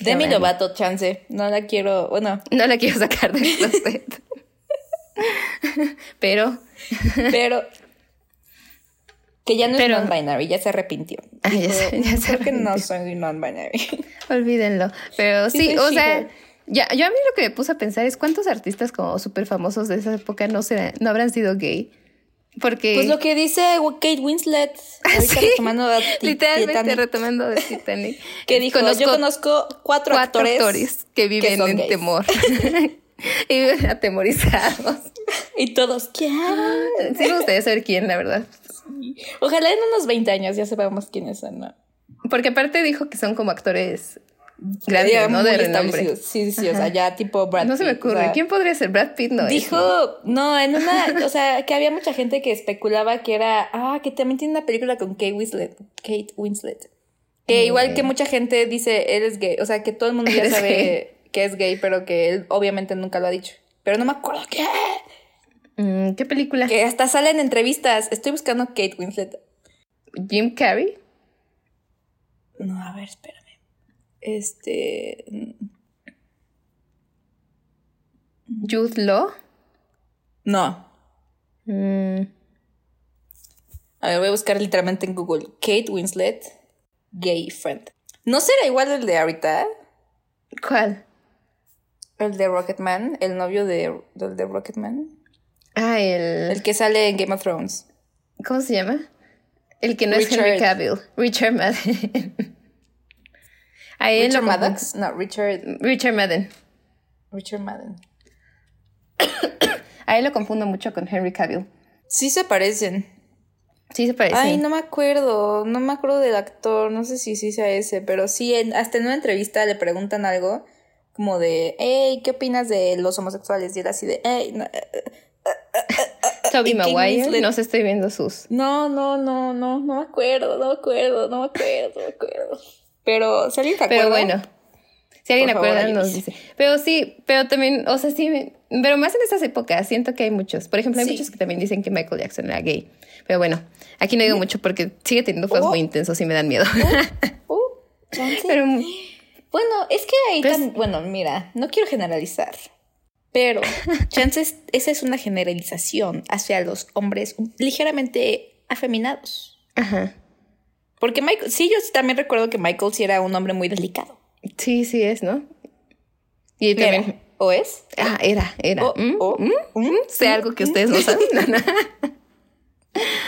[SPEAKER 1] Demi
[SPEAKER 2] bueno.
[SPEAKER 1] Lovato, chance. No la quiero. Bueno,
[SPEAKER 2] No la quiero sacar del closet. Pero,
[SPEAKER 1] pero. Que ya no
[SPEAKER 2] Pero-
[SPEAKER 1] es non-binary, ya se arrepintió.
[SPEAKER 2] ay, ya,
[SPEAKER 1] Dijo,
[SPEAKER 2] sé- ya sé
[SPEAKER 1] Creo que no soy non-binary.
[SPEAKER 2] Olvídenlo. Pero
[SPEAKER 1] Sí,
[SPEAKER 2] sí,
[SPEAKER 1] soy
[SPEAKER 2] o sea,
[SPEAKER 1] She-Hulk.
[SPEAKER 2] ya, yo a mí lo que me puse a pensar es cuántos artistas como súper famosos de esa época no, serán, no habrán sido gay. Porque
[SPEAKER 1] Pues lo que dice Kate Winslet. Ahorita
[SPEAKER 2] sí.
[SPEAKER 1] retomando a Ti-
[SPEAKER 2] literalmente
[SPEAKER 1] Titanic,
[SPEAKER 2] retomando de Titanic,
[SPEAKER 1] Que dijo,
[SPEAKER 2] conozco
[SPEAKER 1] yo conozco cuatro,
[SPEAKER 2] cuatro
[SPEAKER 1] actores.
[SPEAKER 2] actores, que viven
[SPEAKER 1] son
[SPEAKER 2] en
[SPEAKER 1] gays".
[SPEAKER 2] temor. y viven atemorizados.
[SPEAKER 1] Y todos, ¿qué?
[SPEAKER 2] Sí me gustaría saber quién, la verdad.
[SPEAKER 1] Ojalá en unos 20 años ya sepamos quiénes son, ¿no?
[SPEAKER 2] Porque aparte dijo que son como actores grandes,
[SPEAKER 1] Ya
[SPEAKER 2] ¿no?
[SPEAKER 1] muy
[SPEAKER 2] De renombre.
[SPEAKER 1] establecidos. Sí, sí, o sea, ya tipo Brad
[SPEAKER 2] No se me
[SPEAKER 1] Pitt, o
[SPEAKER 2] ocurre.
[SPEAKER 1] sea,
[SPEAKER 2] ¿Quién podría ser? Brad Pitt no es, ¿no?
[SPEAKER 1] Dijo, no, en una, o sea, que había mucha gente que especulaba que era, ah, que también tiene una película con Kate Winslet, Kate Winslet. Que igual que mucha gente dice, él es gay, o sea, que todo el mundo ya
[SPEAKER 2] Eres
[SPEAKER 1] sabe
[SPEAKER 2] gay.
[SPEAKER 1] que es gay, pero que él obviamente nunca lo ha dicho. Pero no me acuerdo qué.
[SPEAKER 2] Mm, ¿Qué película?
[SPEAKER 1] Que hasta sale en entrevistas. Estoy buscando Kate Winslet.
[SPEAKER 2] Jim Carrey.
[SPEAKER 1] No, a ver, espérame. Este.
[SPEAKER 2] Jude Law.
[SPEAKER 1] No.
[SPEAKER 2] Mm,
[SPEAKER 1] A ver, voy a buscar literalmente en Google. Kate Winslet, gay friend. ¿No será igual el de ahorita?
[SPEAKER 2] ¿Cuál?
[SPEAKER 1] El de Rocketman, el novio de, del de Rocketman.
[SPEAKER 2] Ah, el.
[SPEAKER 1] El que sale en Game of Thrones.
[SPEAKER 2] ¿Cómo se llama? El que no es
[SPEAKER 1] Richard.
[SPEAKER 2] Henry Cavill. Richard Madden. A él
[SPEAKER 1] Richard
[SPEAKER 2] lo confundí.
[SPEAKER 1] Maddox. No, Richard.
[SPEAKER 2] Richard Madden.
[SPEAKER 1] Richard Madden.
[SPEAKER 2] A él lo confundo mucho con Henry Cavill.
[SPEAKER 1] Sí se parecen.
[SPEAKER 2] Sí, se parece.
[SPEAKER 1] Ay, no me acuerdo. No me acuerdo del actor. No sé si sí sea ese. Pero sí, en- hasta en una entrevista le preguntan algo. Como de, hey, ¿qué opinas de los homosexuales? Y él así de, hey, no, eh,
[SPEAKER 2] Toby
[SPEAKER 1] y Kate
[SPEAKER 2] Maguire.
[SPEAKER 1] Winslet.
[SPEAKER 2] No se estoy viendo sus.
[SPEAKER 1] No, no, no, no, no me acuerdo, no me acuerdo, no me acuerdo, no me acuerdo. Pero, si alguien te acuerda,
[SPEAKER 2] Pero bueno. Si alguien
[SPEAKER 1] Por favor,
[SPEAKER 2] acuerda, nos
[SPEAKER 1] ayúdense.
[SPEAKER 2] dice. Pero sí, pero también, o sea, sí, me- pero más en estas épocas, siento que hay muchos. Por ejemplo, hay
[SPEAKER 1] Sí.
[SPEAKER 2] muchos que también dicen que Michael Jackson era gay. Pero bueno, aquí no digo mucho porque sigue teniendo fans
[SPEAKER 1] Mm. Oh.
[SPEAKER 2] muy intensos y me dan miedo.
[SPEAKER 1] uh, chance.
[SPEAKER 2] pero
[SPEAKER 1] bueno, es que ahí
[SPEAKER 2] Pues-
[SPEAKER 1] tam- bueno, mira, no quiero generalizar, pero chances, esa es una generalización hacia los hombres un- ligeramente afeminados.
[SPEAKER 2] Ajá.
[SPEAKER 1] Porque Michael, sí, yo también recuerdo que Michael sí era un hombre muy delicado.
[SPEAKER 2] Sí, sí es, ¿no? Y
[SPEAKER 1] Era,
[SPEAKER 2] también.
[SPEAKER 1] ¿O es?
[SPEAKER 2] Ah, era, era.
[SPEAKER 1] O-
[SPEAKER 2] Mm,
[SPEAKER 1] o-
[SPEAKER 2] mm,
[SPEAKER 1] mm,
[SPEAKER 2] Sé algo que ustedes no saben.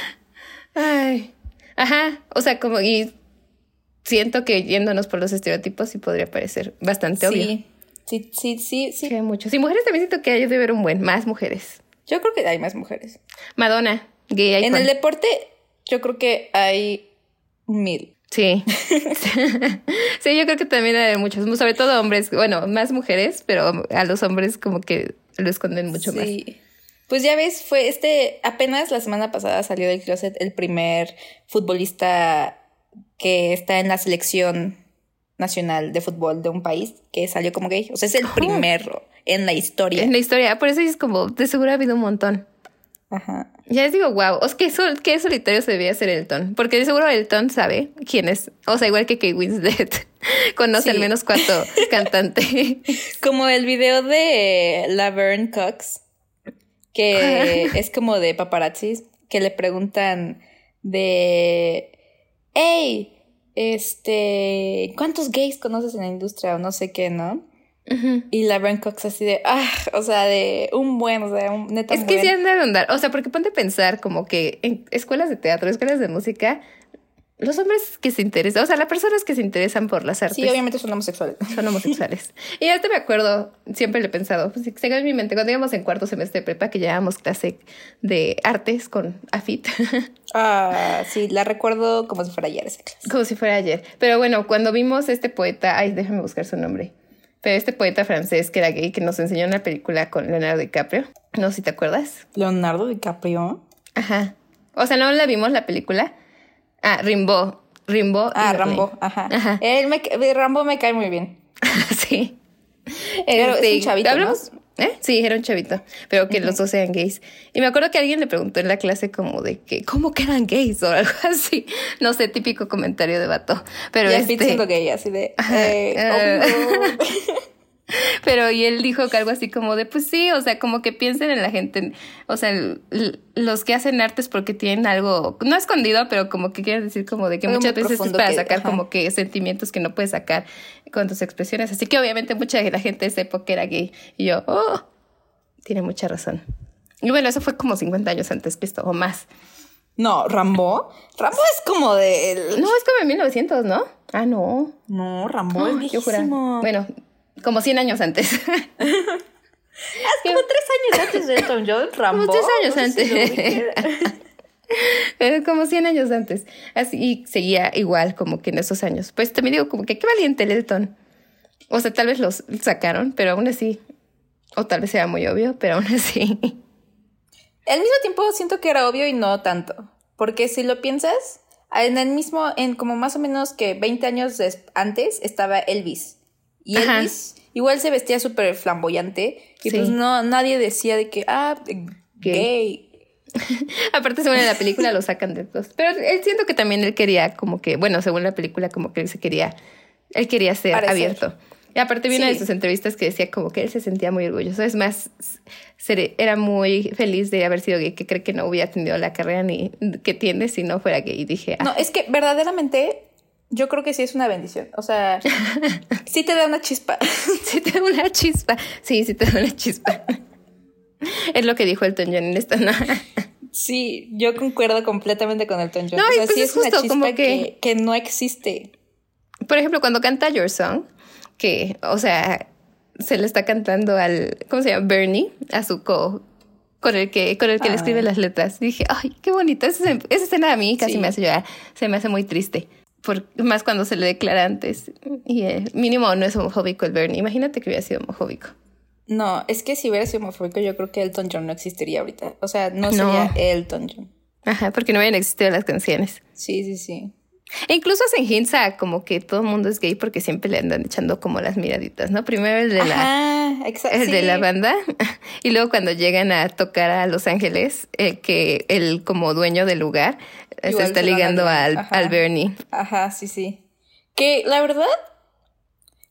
[SPEAKER 2] Ay. Ajá. O sea, como y siento que yéndonos por los estereotipos sí podría parecer bastante obvio.
[SPEAKER 1] Sí, sí, sí, sí, sí.
[SPEAKER 2] Que hay muchos. Y mujeres también siento que hay de ver un buen, más mujeres.
[SPEAKER 1] Yo creo que hay más mujeres.
[SPEAKER 2] Madonna, gay
[SPEAKER 1] En
[SPEAKER 2] icon.
[SPEAKER 1] el deporte, yo creo que hay mil.
[SPEAKER 2] Sí. sí, yo creo que también hay muchos, sobre todo hombres, bueno, más mujeres, pero a los hombres como que lo esconden mucho más.
[SPEAKER 1] Sí. Pues ya ves, fue este, apenas la semana pasada salió del closet el primer futbolista que está en la selección nacional de fútbol de un país que salió como gay. O sea, es el primero en la historia.
[SPEAKER 2] En la historia, por eso es como, de seguro ha habido un montón.
[SPEAKER 1] Ajá.
[SPEAKER 2] Ya les digo, wow, es que sol, qué solitario se debía ser Elton, porque de seguro Elton sabe quién es, o sea, igual que Kate Winslet, conoce
[SPEAKER 1] Sí.
[SPEAKER 2] al menos cuatro cantantes.
[SPEAKER 1] Como el video de Laverne Cox, que es como de paparazzis, que le preguntan de, hey, este, ¿cuántos gays conoces en la industria o no sé qué, no?
[SPEAKER 2] Ujú.
[SPEAKER 1] Y Laverne Cox así de, ah, o sea, de un buen, o sea, un neta
[SPEAKER 2] es
[SPEAKER 1] un
[SPEAKER 2] que
[SPEAKER 1] buen.
[SPEAKER 2] sí anda de andar, o sea, porque ponte a pensar como que en escuelas de teatro, escuelas de música, los hombres que se interesan, o sea, las personas que se interesan por las artes
[SPEAKER 1] Sí, obviamente son homosexuales.
[SPEAKER 2] son homosexuales. y hasta me acuerdo, siempre lo he pensado, pues, tengo en mi mente, cuando íbamos en cuarto semestre de prepa, que llevábamos clase de artes con AFIT.
[SPEAKER 1] Ah, sí, la recuerdo como si fuera ayer esa clase.
[SPEAKER 2] Como si fuera ayer. Pero bueno, cuando vimos este poeta, ay, déjame buscar su nombre. Pero este poeta francés que era gay, que nos enseñó una película con Leonardo DiCaprio. No sé si te acuerdas.
[SPEAKER 1] Leonardo DiCaprio.
[SPEAKER 2] Ajá. O sea, no la vimos la película. Ah, Rimbaud. Rimbaud. y
[SPEAKER 1] Ah,
[SPEAKER 2] Verlaine.
[SPEAKER 1] Rambo, ajá. Eh,
[SPEAKER 2] Ajá.
[SPEAKER 1] Él me, ca- Rambo me cae muy bien.
[SPEAKER 2] sí.
[SPEAKER 1] Claro, es un
[SPEAKER 2] Este,
[SPEAKER 1] chavito,
[SPEAKER 2] ¿Hablamos? ¿Eh? Sí, era un chavito, pero que los dos eran gays. Y me acuerdo que alguien le preguntó en la clase como de que, ¿cómo que eran gays? O algo así. No sé, típico comentario de vato. Pero
[SPEAKER 1] y al
[SPEAKER 2] este,
[SPEAKER 1] fin siendo gay, así de. eh,
[SPEAKER 2] Eh.
[SPEAKER 1] oh, no.
[SPEAKER 2] Pero y él dijo que algo así como de, pues sí, o sea, como que piensen en la gente, o sea, el- l- los que hacen artes porque tienen algo, no escondido, pero como que quieren decir como de que
[SPEAKER 1] Algo
[SPEAKER 2] muchas
[SPEAKER 1] muy
[SPEAKER 2] veces es
[SPEAKER 1] profundo
[SPEAKER 2] para
[SPEAKER 1] que-
[SPEAKER 2] sacar
[SPEAKER 1] ajá.
[SPEAKER 2] como que sentimientos que no puedes sacar con tus expresiones. Así que obviamente mucha de la gente de esa época era gay. Y yo, oh, tiene mucha razón. Y bueno, eso fue como 50 años antes que esto, o más.
[SPEAKER 1] No, Rambo. Rambo es como del.
[SPEAKER 2] No, es como en 1900, ¿no? Ah, no.
[SPEAKER 1] No, Rambo
[SPEAKER 2] Ah,
[SPEAKER 1] es
[SPEAKER 2] yo juraba.
[SPEAKER 1] viejísimo.
[SPEAKER 2] Bueno, como 100 años antes.
[SPEAKER 1] como tres años antes de Elton John, Rambo.
[SPEAKER 2] tres años
[SPEAKER 1] No sé si
[SPEAKER 2] antes.
[SPEAKER 1] lo ubiquen.
[SPEAKER 2] Pero como 100 años antes. Así, y seguía igual como que en esos años. Pues también digo como que qué valiente el Elton. O sea, tal vez los sacaron, pero aún así. O tal vez sea muy obvio, pero aún así.
[SPEAKER 1] Al mismo tiempo siento que era obvio y no tanto. Porque si lo piensas, en el mismo, en como más o menos que 20 años des- antes estaba Elvis. Y
[SPEAKER 2] Ajá.
[SPEAKER 1] Elvis igual se vestía súper flamboyante. Y
[SPEAKER 2] Sí.
[SPEAKER 1] pues no, nadie decía de que, ah, eh, gay.
[SPEAKER 2] Aparte, según en la película lo sacan de todos. Pero él siento que también él quería como que, bueno, según la película, como que él se quería, él quería ser
[SPEAKER 1] Parecer.
[SPEAKER 2] abierto. Y aparte vi una de
[SPEAKER 1] Sí.
[SPEAKER 2] sus entrevistas que decía como que él se sentía muy orgulloso. Es más, se- era muy feliz de haber sido gay, que cree que no hubiera tenido la carrera ni que tiene si no fuera gay. Y dije, ah,
[SPEAKER 1] No, es que verdaderamente yo creo que sí es una bendición. O sea, sí te da una chispa.
[SPEAKER 2] Sí te da una chispa. Sí, sí te da una chispa. Es lo que dijo Elton John en esta. ¿no?
[SPEAKER 1] Sí, yo concuerdo completamente con Elton John.
[SPEAKER 2] No,
[SPEAKER 1] o
[SPEAKER 2] y
[SPEAKER 1] sea,
[SPEAKER 2] pues
[SPEAKER 1] sí
[SPEAKER 2] es
[SPEAKER 1] es, una
[SPEAKER 2] justo
[SPEAKER 1] chispa
[SPEAKER 2] como que-
[SPEAKER 1] que... que no existe.
[SPEAKER 2] Por ejemplo, cuando canta Your Song, que, o sea, se le está cantando al, ¿cómo se llama? Bernie, a su co, con el que, con el que le
[SPEAKER 1] Ah.
[SPEAKER 2] escribe las letras. Dije, ay, qué bonita. Esa, esa escena a mí casi
[SPEAKER 1] Sí.
[SPEAKER 2] me hace llorar. Se me hace muy triste. Por, más cuando se le declara antes. Y eh, mínimo no es homofóbico el Bernie. Imagínate que hubiera sido homofóbico.
[SPEAKER 1] No, es que si hubiera sido homofóbico, yo creo que Elton John no existiría ahorita. O sea, no sería
[SPEAKER 2] No.
[SPEAKER 1] Elton John.
[SPEAKER 2] Ajá, porque no hubieran existido las canciones.
[SPEAKER 1] Sí, sí, sí.
[SPEAKER 2] E incluso hacen hints a como que todo el mundo es gay porque siempre le andan echando como las miraditas, ¿no? Primero el de la,
[SPEAKER 1] Ajá, exacto.
[SPEAKER 2] el de la banda y luego cuando llegan a tocar a Los Ángeles, el que el como dueño del lugar eh, se
[SPEAKER 1] Igual
[SPEAKER 2] está
[SPEAKER 1] se lo andan
[SPEAKER 2] ligando al,
[SPEAKER 1] ligando, ajá.
[SPEAKER 2] al Bernie.
[SPEAKER 1] Ajá, sí, sí. Que la verdad,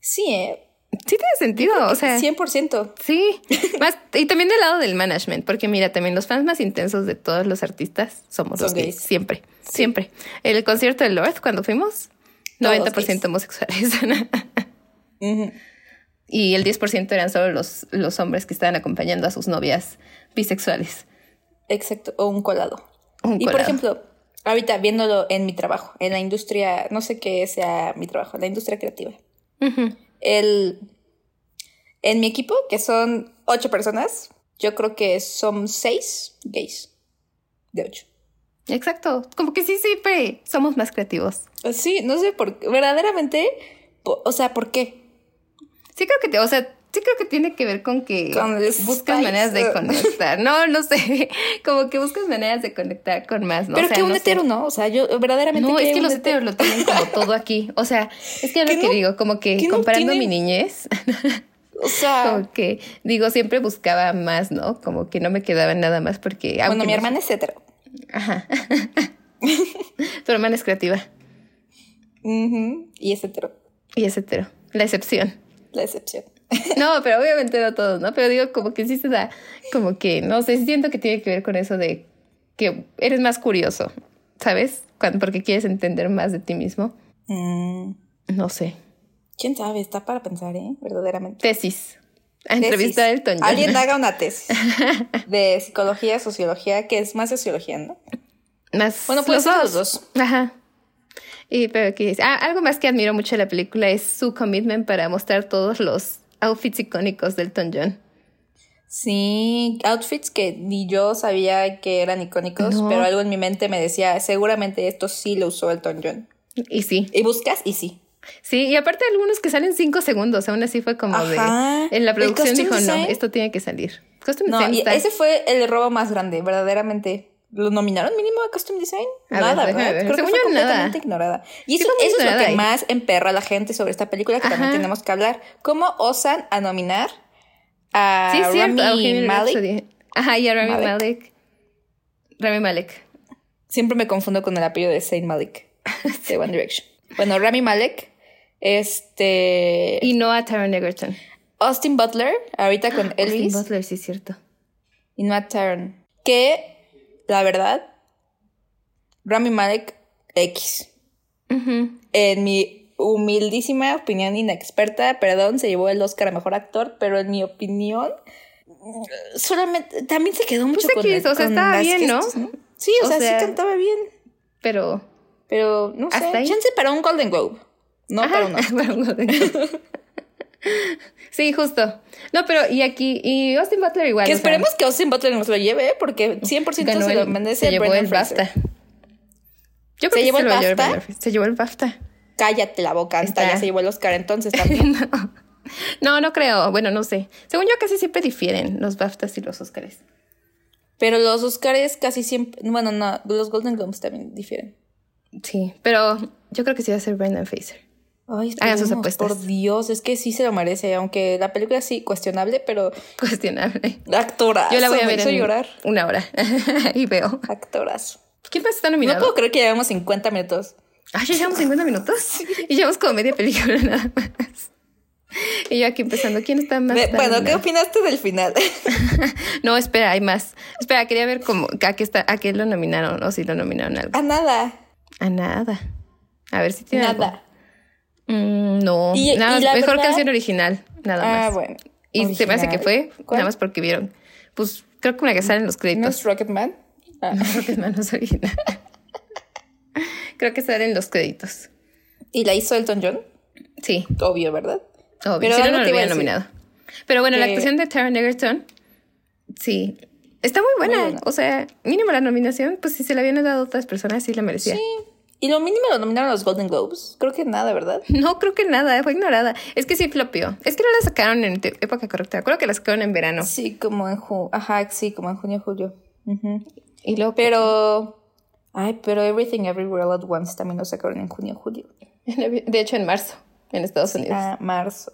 [SPEAKER 1] sí, ¿eh?
[SPEAKER 2] Sí tiene sentido, o sea,
[SPEAKER 1] 100%.
[SPEAKER 2] sí. Más, y también del lado del management, porque mira, también los fans más intensos de todos los artistas somos los
[SPEAKER 1] Son
[SPEAKER 2] gays,
[SPEAKER 1] gays.
[SPEAKER 2] siempre, siempre. El concierto de Lord cuando fuimos,
[SPEAKER 1] Todos
[SPEAKER 2] 90%
[SPEAKER 1] gays.
[SPEAKER 2] homosexuales.
[SPEAKER 1] Ujú.
[SPEAKER 2] y el 10% eran solo los, los hombres que estaban acompañando a sus novias bisexuales.
[SPEAKER 1] Exacto, o un colado.
[SPEAKER 2] Un
[SPEAKER 1] y por
[SPEAKER 2] colado.
[SPEAKER 1] ejemplo, ahorita viéndolo en mi trabajo, en la industria, no sé qué sea mi trabajo, la industria creativa.
[SPEAKER 2] Ujú.
[SPEAKER 1] El, en mi equipo, que son ocho personas, yo creo que son seis gays de ocho.
[SPEAKER 2] Exacto, como que sí, siempre somos más creativos.
[SPEAKER 1] Sí, no sé por qué, verdaderamente, po- o sea, ¿por qué?
[SPEAKER 2] Sí creo que, te, o sea, sí creo que tiene que ver con que
[SPEAKER 1] Con el
[SPEAKER 2] buscas
[SPEAKER 1] spice.
[SPEAKER 2] maneras de conectar. No, no sé, como que buscas maneras de conectar con más, ¿no?
[SPEAKER 1] Pero
[SPEAKER 2] O sea,
[SPEAKER 1] que un
[SPEAKER 2] no sé.
[SPEAKER 1] hetero, ¿no? O sea, yo verdaderamente...
[SPEAKER 2] No, es que
[SPEAKER 1] un
[SPEAKER 2] los
[SPEAKER 1] hetero-
[SPEAKER 2] heteros lo tienen como todo aquí. O sea, es que ahora
[SPEAKER 1] ¿Qué
[SPEAKER 2] que
[SPEAKER 1] no-
[SPEAKER 2] digo, como que
[SPEAKER 1] qué no
[SPEAKER 2] comparando mi
[SPEAKER 1] tienen? Ah.
[SPEAKER 2] niñez,
[SPEAKER 1] O sea,
[SPEAKER 2] como que digo, siempre buscaba más, ¿no? Como que no me quedaba nada más porque...
[SPEAKER 1] bueno,
[SPEAKER 2] aunque
[SPEAKER 1] mi
[SPEAKER 2] no-
[SPEAKER 1] hermana es hetero.
[SPEAKER 2] Ajá. tu hermana es creativa
[SPEAKER 1] Ujú, Y es hetero,
[SPEAKER 2] y es hetero. La excepción.
[SPEAKER 1] la excepción.
[SPEAKER 2] No, pero obviamente no todos, ¿no? Pero digo, como que sí se da, como que, no sé, siento que tiene que ver con eso de que eres más curioso, ¿sabes? Cuando- porque quieres entender más de ti mismo.
[SPEAKER 1] Mm,
[SPEAKER 2] No sé.
[SPEAKER 1] ¿Quién sabe? Está para pensar, ¿eh? Verdaderamente.
[SPEAKER 2] Tesis. A entrevista del
[SPEAKER 1] Tesis.
[SPEAKER 2] Elton John.
[SPEAKER 1] Alguien haga una tesis de psicología, sociología, que es más sociología, ¿no?
[SPEAKER 2] Más
[SPEAKER 1] Bueno, puede ser los dos.
[SPEAKER 2] Ajá. Y pero aquí dice, ah, algo más que admiro mucho de la película es su commitment para mostrar todos los outfits icónicos del Elton John.
[SPEAKER 1] Sí, outfits que ni yo sabía que eran icónicos,
[SPEAKER 2] No.
[SPEAKER 1] pero algo en mi mente me decía, seguramente esto sí lo usó Elton John.
[SPEAKER 2] Y sí,
[SPEAKER 1] Y buscas y sí.
[SPEAKER 2] Sí, y aparte algunos que salen cinco segundos, aún así fue como
[SPEAKER 1] Ajá.
[SPEAKER 2] de... En la
[SPEAKER 1] El
[SPEAKER 2] producción
[SPEAKER 1] costume
[SPEAKER 2] dijo, no,
[SPEAKER 1] design-
[SPEAKER 2] esto tiene que salir. Costume
[SPEAKER 1] No,
[SPEAKER 2] design
[SPEAKER 1] y
[SPEAKER 2] está-
[SPEAKER 1] ese fue el robo más grande, verdaderamente. ¿Lo nominaron mínimo a Costume Design?
[SPEAKER 2] A
[SPEAKER 1] nada,
[SPEAKER 2] ver, déjame
[SPEAKER 1] ¿verdad?
[SPEAKER 2] ver.
[SPEAKER 1] Creo
[SPEAKER 2] Según
[SPEAKER 1] que fue
[SPEAKER 2] yo, nada.
[SPEAKER 1] completamente ignorada. Y
[SPEAKER 2] Sí,
[SPEAKER 1] eso,
[SPEAKER 2] fue
[SPEAKER 1] eso
[SPEAKER 2] muy
[SPEAKER 1] es lo
[SPEAKER 2] ignorada
[SPEAKER 1] que
[SPEAKER 2] ahí.
[SPEAKER 1] más emperra a la gente sobre esta película, que también
[SPEAKER 2] Ajá.
[SPEAKER 1] tenemos que hablar. ¿Cómo osan a nominar a
[SPEAKER 2] Sí, es cierto. a
[SPEAKER 1] Rami
[SPEAKER 2] Bohemian
[SPEAKER 1] Malik?
[SPEAKER 2] Rhapsody. Ajá, y a Rami
[SPEAKER 1] Malek.
[SPEAKER 2] Malek. Rami Malek.
[SPEAKER 1] Siempre me confundo con el apellido de Saint Malik de One Direction. Bueno, Rami Malek, este.
[SPEAKER 2] Y no a Taron Egerton.
[SPEAKER 1] Austin Butler, ahorita con Elvis.
[SPEAKER 2] Ah, Austin Butler, sí, es cierto.
[SPEAKER 1] y Matt Taron. Que, la verdad, Rami Malek X.
[SPEAKER 2] Ujú.
[SPEAKER 1] En mi humildísima opinión inexperta, perdón, se llevó el Oscar a Mejor Actor, pero en mi opinión, solamente, también se quedó mucho
[SPEAKER 2] Pues
[SPEAKER 1] con,
[SPEAKER 2] X, o sea,
[SPEAKER 1] con
[SPEAKER 2] estaba bien, ¿no?
[SPEAKER 1] gestos, Sí, o,
[SPEAKER 2] O
[SPEAKER 1] sea,
[SPEAKER 2] sea,
[SPEAKER 1] sí cantaba bien,
[SPEAKER 2] Pero.
[SPEAKER 1] pero no sé,
[SPEAKER 2] hasta ahí.
[SPEAKER 1] chance para un Golden Globe, no
[SPEAKER 2] Ajá,
[SPEAKER 1] para uno.
[SPEAKER 2] para un Golden Globe. sí, justo. No, pero y aquí. Y Austin Butler igual.
[SPEAKER 1] Que
[SPEAKER 2] o sea,
[SPEAKER 1] esperemos que Austin Butler nos lo lleve, ¿eh? porque 100%
[SPEAKER 2] ganó
[SPEAKER 1] se lo
[SPEAKER 2] el-
[SPEAKER 1] merece
[SPEAKER 2] se llevó
[SPEAKER 1] Brendan
[SPEAKER 2] el
[SPEAKER 1] Fraser.
[SPEAKER 2] BAFTA. Yo creo
[SPEAKER 1] ¿Se
[SPEAKER 2] que
[SPEAKER 1] llevó
[SPEAKER 2] sí
[SPEAKER 1] el
[SPEAKER 2] lo llevó
[SPEAKER 1] BAFTA?
[SPEAKER 2] Brendan Fraser. Se llevó el BAFTA.
[SPEAKER 1] Cállate la boca, esta
[SPEAKER 2] Está.
[SPEAKER 1] ya se llevó el Oscar entonces también.
[SPEAKER 2] no. no, no creo. Bueno, no sé. Según yo, casi siempre difieren los BAFTAs y los Óscares.
[SPEAKER 1] Pero los Oscars casi siempre. Bueno, no, los Golden Globes también difieren.
[SPEAKER 2] Sí, pero yo creo que sí va a ser Brendan Fraser.
[SPEAKER 1] Ay,
[SPEAKER 2] Hagan Ah, sus
[SPEAKER 1] esperemos,
[SPEAKER 2] apuestas.
[SPEAKER 1] Por Dios, es que sí se lo merece, aunque la película sí, cuestionable, pero
[SPEAKER 2] Cuestionable.
[SPEAKER 1] actorazo.
[SPEAKER 2] Yo la voy
[SPEAKER 1] Ah,
[SPEAKER 2] a
[SPEAKER 1] me
[SPEAKER 2] ver
[SPEAKER 1] hizo
[SPEAKER 2] en
[SPEAKER 1] llorar.
[SPEAKER 2] una hora y veo.
[SPEAKER 1] Actorazo.
[SPEAKER 2] ¿Quién más está
[SPEAKER 1] No
[SPEAKER 2] nominado?
[SPEAKER 1] puedo creer que llevamos 50 minutos.
[SPEAKER 2] Ah, ya llevamos 50 minutos. Y llevamos como media película nada más. Y yo aquí empezando, ¿quién está más?
[SPEAKER 1] De- bueno, ¿qué
[SPEAKER 2] nominado?
[SPEAKER 1] opinaste del final?
[SPEAKER 2] No, espera, hay más. Espera, quería ver cómo, a qué, está, a qué lo nominaron o si lo nominaron a algo.
[SPEAKER 1] A nada.
[SPEAKER 2] A nada. A ver si tiene algo.
[SPEAKER 1] Nada.
[SPEAKER 2] Mm, no,
[SPEAKER 1] Y-
[SPEAKER 2] nada
[SPEAKER 1] y
[SPEAKER 2] más,
[SPEAKER 1] la
[SPEAKER 2] mejor
[SPEAKER 1] verdad-
[SPEAKER 2] canción original, nada más.
[SPEAKER 1] Ah, bueno.
[SPEAKER 2] Y se me hace que
[SPEAKER 1] Original.
[SPEAKER 2] fue,
[SPEAKER 1] ¿Cuál?
[SPEAKER 2] nada más porque vieron. Pues creo que una que sale en los
[SPEAKER 1] ¿No
[SPEAKER 2] créditos.
[SPEAKER 1] es Rocketman? Ah.
[SPEAKER 2] Creo que es manos original. creo que sale en los créditos.
[SPEAKER 1] Y la hizo Elton John.
[SPEAKER 2] Sí,
[SPEAKER 1] Obvio, ¿verdad?
[SPEAKER 2] obvio.
[SPEAKER 1] Pero
[SPEAKER 2] si no,
[SPEAKER 1] algo
[SPEAKER 2] no lo
[SPEAKER 1] te iba a
[SPEAKER 2] hubiera
[SPEAKER 1] decir.
[SPEAKER 2] nominado. Pero bueno, la
[SPEAKER 1] Que-
[SPEAKER 2] actuación de Taron Egerton, sí, está muy buena.
[SPEAKER 1] Muy buena.
[SPEAKER 2] O sea, mínimo la nominación, pues si se la habían dado a otras personas, sí la merecía.
[SPEAKER 1] Y lo mínimo lo nominaron a los Golden Globes. Creo que nada, ¿verdad?
[SPEAKER 2] No, creo que nada, fue ignorada. Es que sí flopió. Es que no la sacaron en te- época correcta. Creo que la sacaron en verano.
[SPEAKER 1] Sí, como en junio. Ajá, sí, como en junio, julio. Ujú.
[SPEAKER 2] Y luego,
[SPEAKER 1] Pero. Ay, pero Everything Everywhere All at Once también lo sacaron en junio, julio.
[SPEAKER 2] de hecho, en marzo, en Estados Unidos.
[SPEAKER 1] Ah, marzo.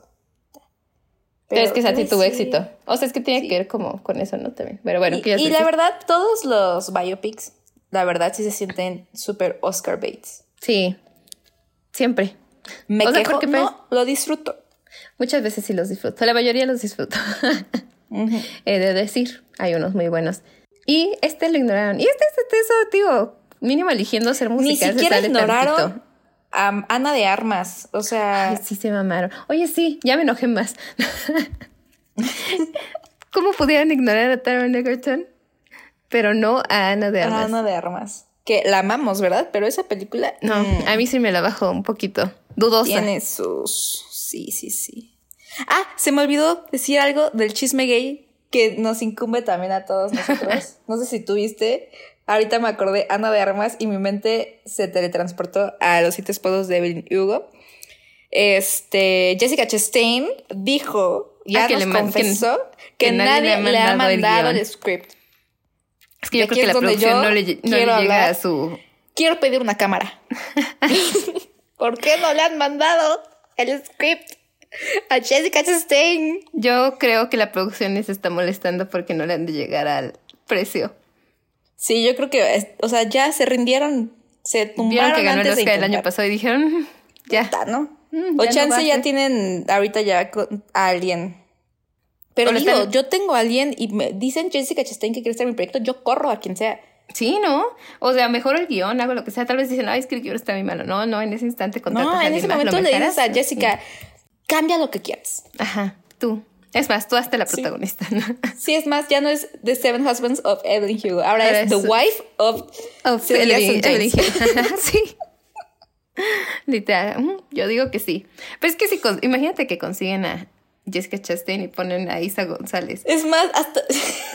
[SPEAKER 2] Pero es que esa sí
[SPEAKER 1] ay,
[SPEAKER 2] tuvo
[SPEAKER 1] sí.
[SPEAKER 2] éxito. O sea, es que tiene que ver como con eso, ¿no? También. Pero bueno,
[SPEAKER 1] Y-
[SPEAKER 2] ¿qué ibas a
[SPEAKER 1] y, la
[SPEAKER 2] decir?
[SPEAKER 1] verdad, todos los biopics, la verdad, sí se sienten súper Oscar Bates.
[SPEAKER 2] Sí. Siempre.
[SPEAKER 1] Me
[SPEAKER 2] O sea,
[SPEAKER 1] quejo,
[SPEAKER 2] porque pues-
[SPEAKER 1] no, lo disfruto.
[SPEAKER 2] Muchas veces sí los disfruto. La mayoría los disfruto.
[SPEAKER 1] Ujú.
[SPEAKER 2] He de decir, hay unos muy buenos. Y este lo ignoraron. Y este, este, este, eso, digo, mínimo eligiendo ser
[SPEAKER 1] Ni
[SPEAKER 2] musical. se
[SPEAKER 1] siquiera
[SPEAKER 2] sale
[SPEAKER 1] ignoraron
[SPEAKER 2] tantito.
[SPEAKER 1] a Ana de Armas. O sea,
[SPEAKER 2] Ay, sí se mamaron. Oye, sí, ya me enojé más. ¿Cómo pudieron ignorar a Taron Egerton? Pero no a Ana de
[SPEAKER 1] a
[SPEAKER 2] Armas.
[SPEAKER 1] Ana de Armas. Que la amamos, ¿verdad? Pero esa película.
[SPEAKER 2] No, a mí sí me la bajó un poquito. Dudosa.
[SPEAKER 1] Mm. Tiene sus. Sí, sí, sí. Ah, se me olvidó decir algo del chisme gay que nos incumbe también a todos nosotros. No sé si tuviste. Ahorita me acordé Ana de Armas y mi mente se teletransportó a los siete esposos de Evelyn Hugo. Este, Jessica Chastain dijo, ya
[SPEAKER 2] Ah, que
[SPEAKER 1] nos
[SPEAKER 2] le man- que-
[SPEAKER 1] confesó, que, nadie, le ha mandado, el,
[SPEAKER 2] guión.
[SPEAKER 1] script.
[SPEAKER 2] Es que yo
[SPEAKER 1] aquí
[SPEAKER 2] creo que
[SPEAKER 1] es
[SPEAKER 2] la
[SPEAKER 1] donde
[SPEAKER 2] producción
[SPEAKER 1] yo
[SPEAKER 2] no le, lle- no le
[SPEAKER 1] quiero
[SPEAKER 2] llega
[SPEAKER 1] hablar.
[SPEAKER 2] a su...
[SPEAKER 1] Quiero pedir una cámara. ¿Por qué no le han mandado el script a Jessica Chastain?
[SPEAKER 2] Yo creo que la producción les está molestando porque no le han de llegar al precio.
[SPEAKER 1] Sí, yo creo que, es- o sea, ya se rindieron, se
[SPEAKER 2] Vieron
[SPEAKER 1] tumbaron
[SPEAKER 2] que ganó el
[SPEAKER 1] antes de
[SPEAKER 2] Oscar el año
[SPEAKER 1] intentar.
[SPEAKER 2] pasado y dijeron, ya.
[SPEAKER 1] Puta, ¿no?
[SPEAKER 2] Mm,
[SPEAKER 1] o
[SPEAKER 2] ya no
[SPEAKER 1] chance
[SPEAKER 2] va a
[SPEAKER 1] ya
[SPEAKER 2] ser.
[SPEAKER 1] tienen ahorita ya con- a alguien. Pero
[SPEAKER 2] O le
[SPEAKER 1] digo,
[SPEAKER 2] están-
[SPEAKER 1] yo tengo a alguien y me dicen Jessica Chastain que quiere estar en mi proyecto, yo corro a quien sea.
[SPEAKER 2] Sí, ¿no? O sea, mejor el guión, algo lo que sea. Tal vez dicen, ay, es que el guión está muy malo. No, no, en ese instante contratas
[SPEAKER 1] No,
[SPEAKER 2] a
[SPEAKER 1] en
[SPEAKER 2] alguien
[SPEAKER 1] ese
[SPEAKER 2] más, lo
[SPEAKER 1] momento le dices a
[SPEAKER 2] mejoras.
[SPEAKER 1] Jessica, cambia lo que quieras.
[SPEAKER 2] Ajá, tú. Es más, tú hasta la protagonista. ¿no?
[SPEAKER 1] Sí, es más, ya no es The Seven Husbands of Evelyn Hugo, ahora
[SPEAKER 2] Ahora
[SPEAKER 1] es The
[SPEAKER 2] es-
[SPEAKER 1] Wife of
[SPEAKER 2] Oh,
[SPEAKER 1] Sylvia
[SPEAKER 2] Evelyn-
[SPEAKER 1] St. James.
[SPEAKER 2] Evelyn- sí. Literal, mm, yo digo que sí. Pero es que si con- imagínate que consiguen a Jessica Chastain y ponen a Isa González.
[SPEAKER 1] Es más, hasta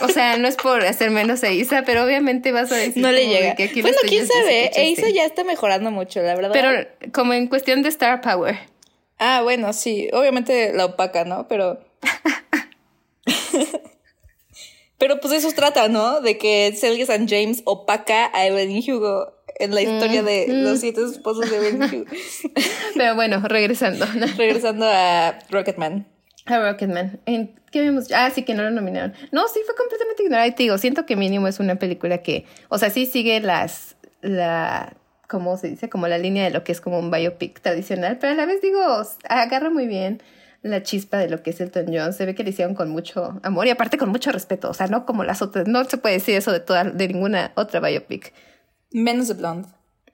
[SPEAKER 2] O sea, no es por hacer menos a Isa, pero obviamente vas a decir
[SPEAKER 1] no le
[SPEAKER 2] como de
[SPEAKER 1] llega.
[SPEAKER 2] que aquí no
[SPEAKER 1] bueno,
[SPEAKER 2] estoy
[SPEAKER 1] quién
[SPEAKER 2] yo,
[SPEAKER 1] sabe,
[SPEAKER 2] Jessica
[SPEAKER 1] Eiza
[SPEAKER 2] Chastain.
[SPEAKER 1] ya está mejorando mucho, la verdad.
[SPEAKER 2] Pero como en cuestión de star power.
[SPEAKER 1] Ah, bueno, sí, obviamente la opaca, ¿no? Pero Pero pues de eso trata, ¿no? De que Celia St. James opaca a Evelyn Hugo en la historia de
[SPEAKER 2] Mm,
[SPEAKER 1] los siete esposos de Evelyn Hugo.
[SPEAKER 2] Pero bueno, regresando
[SPEAKER 1] Regresando a Rocketman.
[SPEAKER 2] a Rocketman. ¿En ¿Qué vimos? Ah, sí, que no lo nominaron. No, sí, fue completamente ignorada. Y te digo, siento que mínimo es una película que, o sea, sí sigue las, la, ¿cómo se dice? Como la línea de lo que es como un biopic tradicional, pero a la vez digo, agarra muy bien la chispa de lo que es Elton John. Se ve que le hicieron con mucho amor y aparte con mucho respeto. O sea, no como las otras, no se puede decir eso de toda, de ninguna otra biopic.
[SPEAKER 1] Menos de Blonde.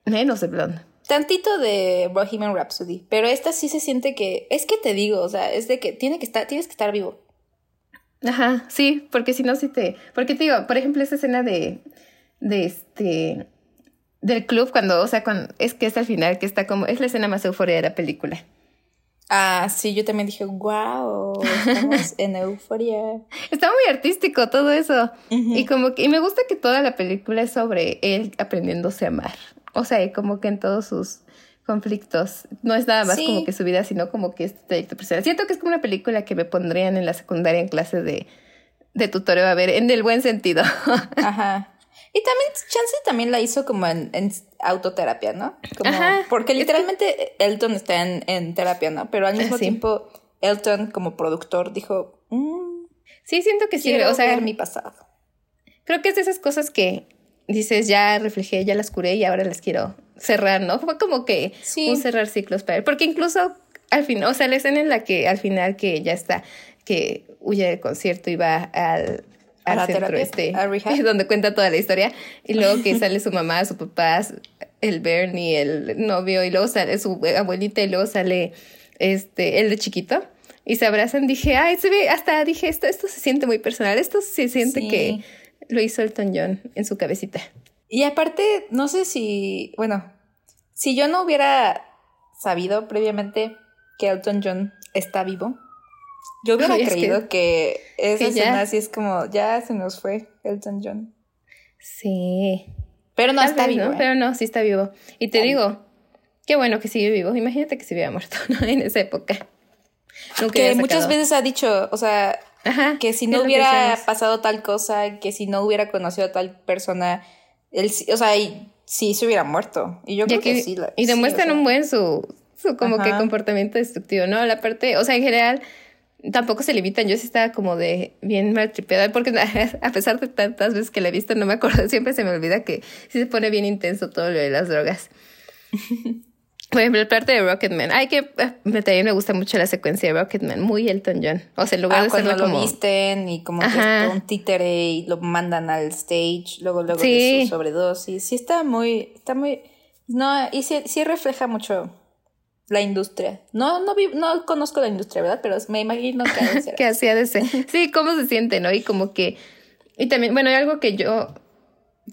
[SPEAKER 2] Menos de Blonde.
[SPEAKER 1] Tantito de Bohemian Rhapsody. Pero esta sí se siente que. Es que te digo, o sea, es de que tiene que estar, tienes que estar vivo.
[SPEAKER 2] Ajá, sí, porque si no, si te. Porque te digo, por ejemplo, esa escena de. de este. del club, cuando, o sea, cuando, es que es al final, que está como. es la escena más euforia de la película.
[SPEAKER 1] Ah, sí, yo también dije, wow, estamos en euforia.
[SPEAKER 2] Está muy artístico todo eso. Y como que, y me gusta que toda la película es sobre él aprendiéndose a amar. O sea, y como que en todos sus conflictos. No es nada más
[SPEAKER 1] Sí.
[SPEAKER 2] como que su vida, sino como que este trayecto personal. Siento que es como una película que me pondrían en la secundaria en clase de, de tutoreo, a ver, en el buen sentido.
[SPEAKER 1] Ajá. Y también, Chance también la hizo como en, en autoterapia, ¿no? Como,
[SPEAKER 2] Ajá.
[SPEAKER 1] porque literalmente Elton está en, en terapia, ¿no? Pero al mismo
[SPEAKER 2] sí.
[SPEAKER 1] tiempo, Elton como productor dijo, "Mm,
[SPEAKER 2] Sí, siento que sí.
[SPEAKER 1] quiero
[SPEAKER 2] O sea,
[SPEAKER 1] ver mi pasado.
[SPEAKER 2] creo que es de esas cosas que dices, ya reflejé, ya las curé y ahora las quiero cerrar, ¿no? Fue como que
[SPEAKER 1] Sí.
[SPEAKER 2] un cerrar ciclos para él. Porque incluso al fin, o sea, la escena en la que al final que ya está, que huye del concierto y va al,
[SPEAKER 1] A
[SPEAKER 2] al
[SPEAKER 1] la
[SPEAKER 2] centro
[SPEAKER 1] terapia,
[SPEAKER 2] este,
[SPEAKER 1] a rehab.
[SPEAKER 2] donde cuenta toda la historia, y luego que sale su mamá, su papá, su- el Bernie, el novio, y luego sale su abuelita, y luego sale este, el de chiquito. Y se abrazan, dije, ay, se ve, hasta dije, esto, esto se siente muy personal, esto se siente
[SPEAKER 1] Sí.
[SPEAKER 2] que lo hizo Elton John en su cabecita.
[SPEAKER 1] Y aparte, no sé si, bueno, si yo no hubiera sabido previamente que Elton John está vivo, yo hubiera
[SPEAKER 2] Hubieras
[SPEAKER 1] creído que esa
[SPEAKER 2] que ya.
[SPEAKER 1] escena sí es como, ya se nos fue Elton John.
[SPEAKER 2] Sí.
[SPEAKER 1] Pero no
[SPEAKER 2] Tal
[SPEAKER 1] está
[SPEAKER 2] vez,
[SPEAKER 1] vivo.
[SPEAKER 2] ¿no?
[SPEAKER 1] ¿eh?
[SPEAKER 2] Pero no, sí está vivo. Y te
[SPEAKER 1] Tal-
[SPEAKER 2] digo, qué bueno que sigue vivo. Imagínate que se hubiera muerto ¿no? en esa época. Nunca
[SPEAKER 1] que
[SPEAKER 2] hubiera
[SPEAKER 1] muchas
[SPEAKER 2] sacado.
[SPEAKER 1] veces ha dicho, o sea,
[SPEAKER 2] Ajá,
[SPEAKER 1] que si
[SPEAKER 2] es
[SPEAKER 1] no
[SPEAKER 2] lo que
[SPEAKER 1] hubiera
[SPEAKER 2] decíamos.
[SPEAKER 1] pasado tal cosa, que si no hubiera conocido a tal persona, él, sí- o sea, y, sí se hubiera muerto. Y yo
[SPEAKER 2] Ya
[SPEAKER 1] creo que,
[SPEAKER 2] que-
[SPEAKER 1] sí. la-
[SPEAKER 2] y
[SPEAKER 1] sí, o
[SPEAKER 2] demuestran
[SPEAKER 1] sea.
[SPEAKER 2] un buen su, su como que
[SPEAKER 1] Ajá.
[SPEAKER 2] comportamiento destructivo, ¿no? La parte, o sea, en general tampoco se limitan. Yo sí estaba como de bien mal tripeada porque a pesar de tantas veces que la he visto no me acuerdo, siempre se me olvida que sí se pone bien intenso todo lo de las drogas. Por ejemplo, el parte de Rocketman. Ay, que eh, me también me gusta mucho la secuencia de Rocketman, muy Elton John. O sea, en lugar
[SPEAKER 1] Ah,
[SPEAKER 2] de
[SPEAKER 1] cuando
[SPEAKER 2] hacerlo
[SPEAKER 1] lo
[SPEAKER 2] como
[SPEAKER 1] visten y como que
[SPEAKER 2] Ajá.
[SPEAKER 1] es un títere y lo mandan al stage, luego luego de
[SPEAKER 2] Sí.
[SPEAKER 1] su sobredosis. Sí está muy, está muy, no, y sí, sí refleja mucho la industria. No, no vi- no conozco la industria, ¿verdad? Pero me imagino que ha de ser.
[SPEAKER 2] que hacía de ser. Sí, cómo se siente, ¿no? Y como que. Y también, bueno, hay algo que yo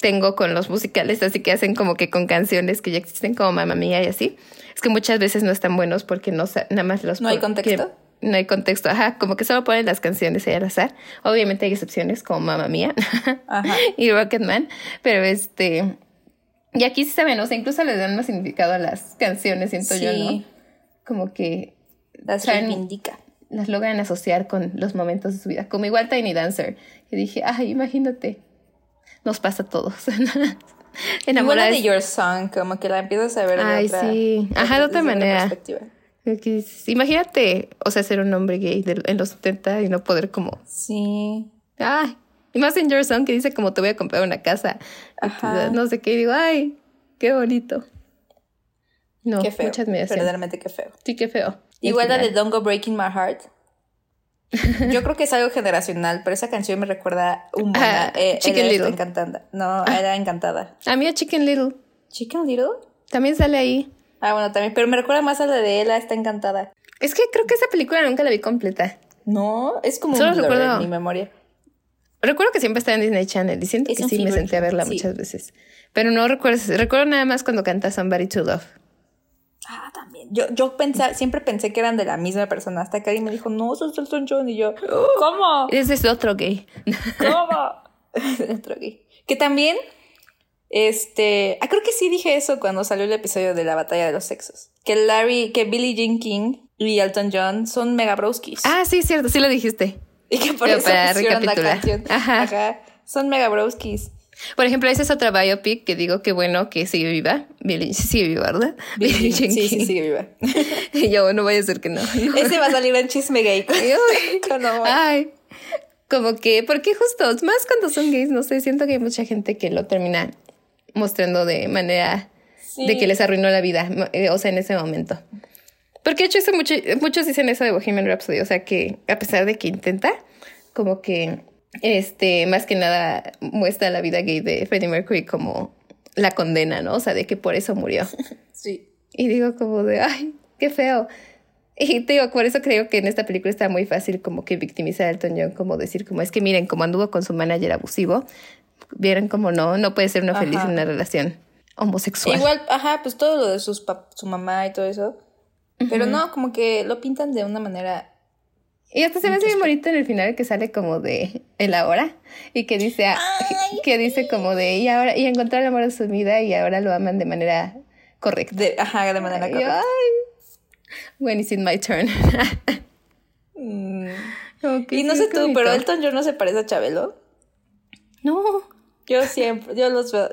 [SPEAKER 2] tengo con los musicales, así que hacen como que con canciones que ya existen, como Mamma Mía y así. Es que muchas veces no están buenos porque no sa- nada más los
[SPEAKER 1] ¿No hay
[SPEAKER 2] pon-
[SPEAKER 1] contexto?
[SPEAKER 2] que- no hay contexto, ajá, como que solo ponen las canciones ahí al azar. Obviamente hay excepciones como Mamma Mía
[SPEAKER 1] Ajá.
[SPEAKER 2] y Rocketman, pero este. Y aquí sí saben, o sea, incluso le dan más significado a las canciones, siento yo, ¿no?
[SPEAKER 1] Sí,
[SPEAKER 2] Como que
[SPEAKER 1] las
[SPEAKER 2] Saben-
[SPEAKER 1] reivindica.
[SPEAKER 2] las logran asociar con los momentos de su vida, como igual Tiny Dancer. Y dije, ay, imagínate, nos pasa a todos.
[SPEAKER 1] Igual la
[SPEAKER 2] Enamoradas.
[SPEAKER 1] de Your Song, como que la empiezas a ver de
[SPEAKER 2] Ay,
[SPEAKER 1] otra,
[SPEAKER 2] sí. Ajá, de otra
[SPEAKER 1] desde
[SPEAKER 2] manera.
[SPEAKER 1] perspectiva.
[SPEAKER 2] Que dices, Imagínate, o sea, ser un hombre gay de- en los 70 y no poder como,
[SPEAKER 1] Sí.
[SPEAKER 2] ay, y más en Your Song que dice como te voy a comprar una casa, y te
[SPEAKER 1] Ajá.
[SPEAKER 2] da no sé qué, y digo, ay, qué bonito. No,
[SPEAKER 1] qué feo.
[SPEAKER 2] mucha admiración.
[SPEAKER 1] Verdaderamente qué feo.
[SPEAKER 2] Sí, qué feo. Y al
[SPEAKER 1] Igual la de
[SPEAKER 2] final-
[SPEAKER 1] Don't Go Breaking My Heart. Yo creo que es algo generacional, pero esa canción me recuerda un buen
[SPEAKER 2] Ah,
[SPEAKER 1] eh,
[SPEAKER 2] Chicken
[SPEAKER 1] era
[SPEAKER 2] Little. Ah.
[SPEAKER 1] encantada. No, era encantada.
[SPEAKER 2] A mí a Chicken Little
[SPEAKER 1] Chicken Little.
[SPEAKER 2] también sale ahí.
[SPEAKER 1] Ah, bueno, también, pero me recuerda más a la de Ella está encantada.
[SPEAKER 2] Es que creo que esa película nunca la vi completa.
[SPEAKER 1] No, es como
[SPEAKER 2] Solo
[SPEAKER 1] un blur
[SPEAKER 2] recuerdo-
[SPEAKER 1] en mi memoria.
[SPEAKER 2] Recuerdo que siempre estaba en Disney Channel y siento
[SPEAKER 1] Es
[SPEAKER 2] que
[SPEAKER 1] un
[SPEAKER 2] sí me
[SPEAKER 1] figure,
[SPEAKER 2] senté a verla
[SPEAKER 1] sí.
[SPEAKER 2] muchas veces. Pero no recuerdo, recuerdo nada más cuando canta Somebody to Love.
[SPEAKER 1] Ah, también. Yo, yo pensaba, siempre pensé que eran de la misma persona, hasta que alguien me dijo, no, son Elton John. Y yo, ¿cómo?
[SPEAKER 2] Ese es otro gay.
[SPEAKER 1] ¿Cómo? El otro gay. Que también, este, ah, creo que sí dije eso cuando salió el episodio de la batalla de los sexos. Que Larry, que Billie Jean King y Elton John son mega broskis.
[SPEAKER 2] Ah, sí, cierto, sí lo dijiste.
[SPEAKER 1] Y que por
[SPEAKER 2] Pero
[SPEAKER 1] eso
[SPEAKER 2] para
[SPEAKER 1] pusieron la
[SPEAKER 2] recapitular.
[SPEAKER 1] canción.
[SPEAKER 2] Ajá.
[SPEAKER 1] Ajá. Son mega broskis.
[SPEAKER 2] Por ejemplo, esa es otra biopic que digo que bueno que sigue viva. Billie, sí sigue viva, ¿verdad?
[SPEAKER 1] Sí,
[SPEAKER 2] Billie Jean
[SPEAKER 1] sí,
[SPEAKER 2] King.
[SPEAKER 1] sigue viva.
[SPEAKER 2] Y yo, no voy a decir que no. no.
[SPEAKER 1] Ese va a salir en chisme gay.
[SPEAKER 2] Y, uy, Ah.
[SPEAKER 1] Con amor.
[SPEAKER 2] Ay, como que, porque justo, más cuando son gays, no sé, siento que hay mucha gente que lo termina mostrando de manera
[SPEAKER 1] Sí.
[SPEAKER 2] de que les arruinó la vida, mo- eh, o sea, en ese momento. Porque de hecho eso mucho- muchos dicen eso de Bohemian Rhapsody, o sea que a pesar de que intenta, como que este más que nada muestra la vida gay de Freddie Mercury como la condena, ¿no? O sea, de que por eso murió.
[SPEAKER 1] Sí.
[SPEAKER 2] Y digo como de, ay, qué feo. Y te digo, por eso creo que en esta película está muy fácil como que victimizar a Elton John, como decir, como es que miren, como anduvo con su manager abusivo, vieron como no, no puede ser una feliz
[SPEAKER 1] Ajá.
[SPEAKER 2] en una relación homosexual.
[SPEAKER 1] Igual, ajá, pues todo lo de sus pap- su mamá y todo eso. Pero no, como que lo pintan de una manera.
[SPEAKER 2] Y hasta se me hace bien bonito en el final que sale como de el ahora y que dice, ah, que dice como de, y ahora, y encontró el amor de su vida y ahora lo aman de manera correcta.
[SPEAKER 1] De, ajá, de manera
[SPEAKER 2] Y yo,
[SPEAKER 1] correcta.
[SPEAKER 2] "Ay, when is it my turn?
[SPEAKER 1] Mm.
[SPEAKER 2] Como que
[SPEAKER 1] Y no
[SPEAKER 2] sí,
[SPEAKER 1] sé
[SPEAKER 2] es
[SPEAKER 1] tú,
[SPEAKER 2] bonito.
[SPEAKER 1] pero Elton John no se parece a Chabelo.
[SPEAKER 2] No,
[SPEAKER 1] Yo siempre, yo los veo.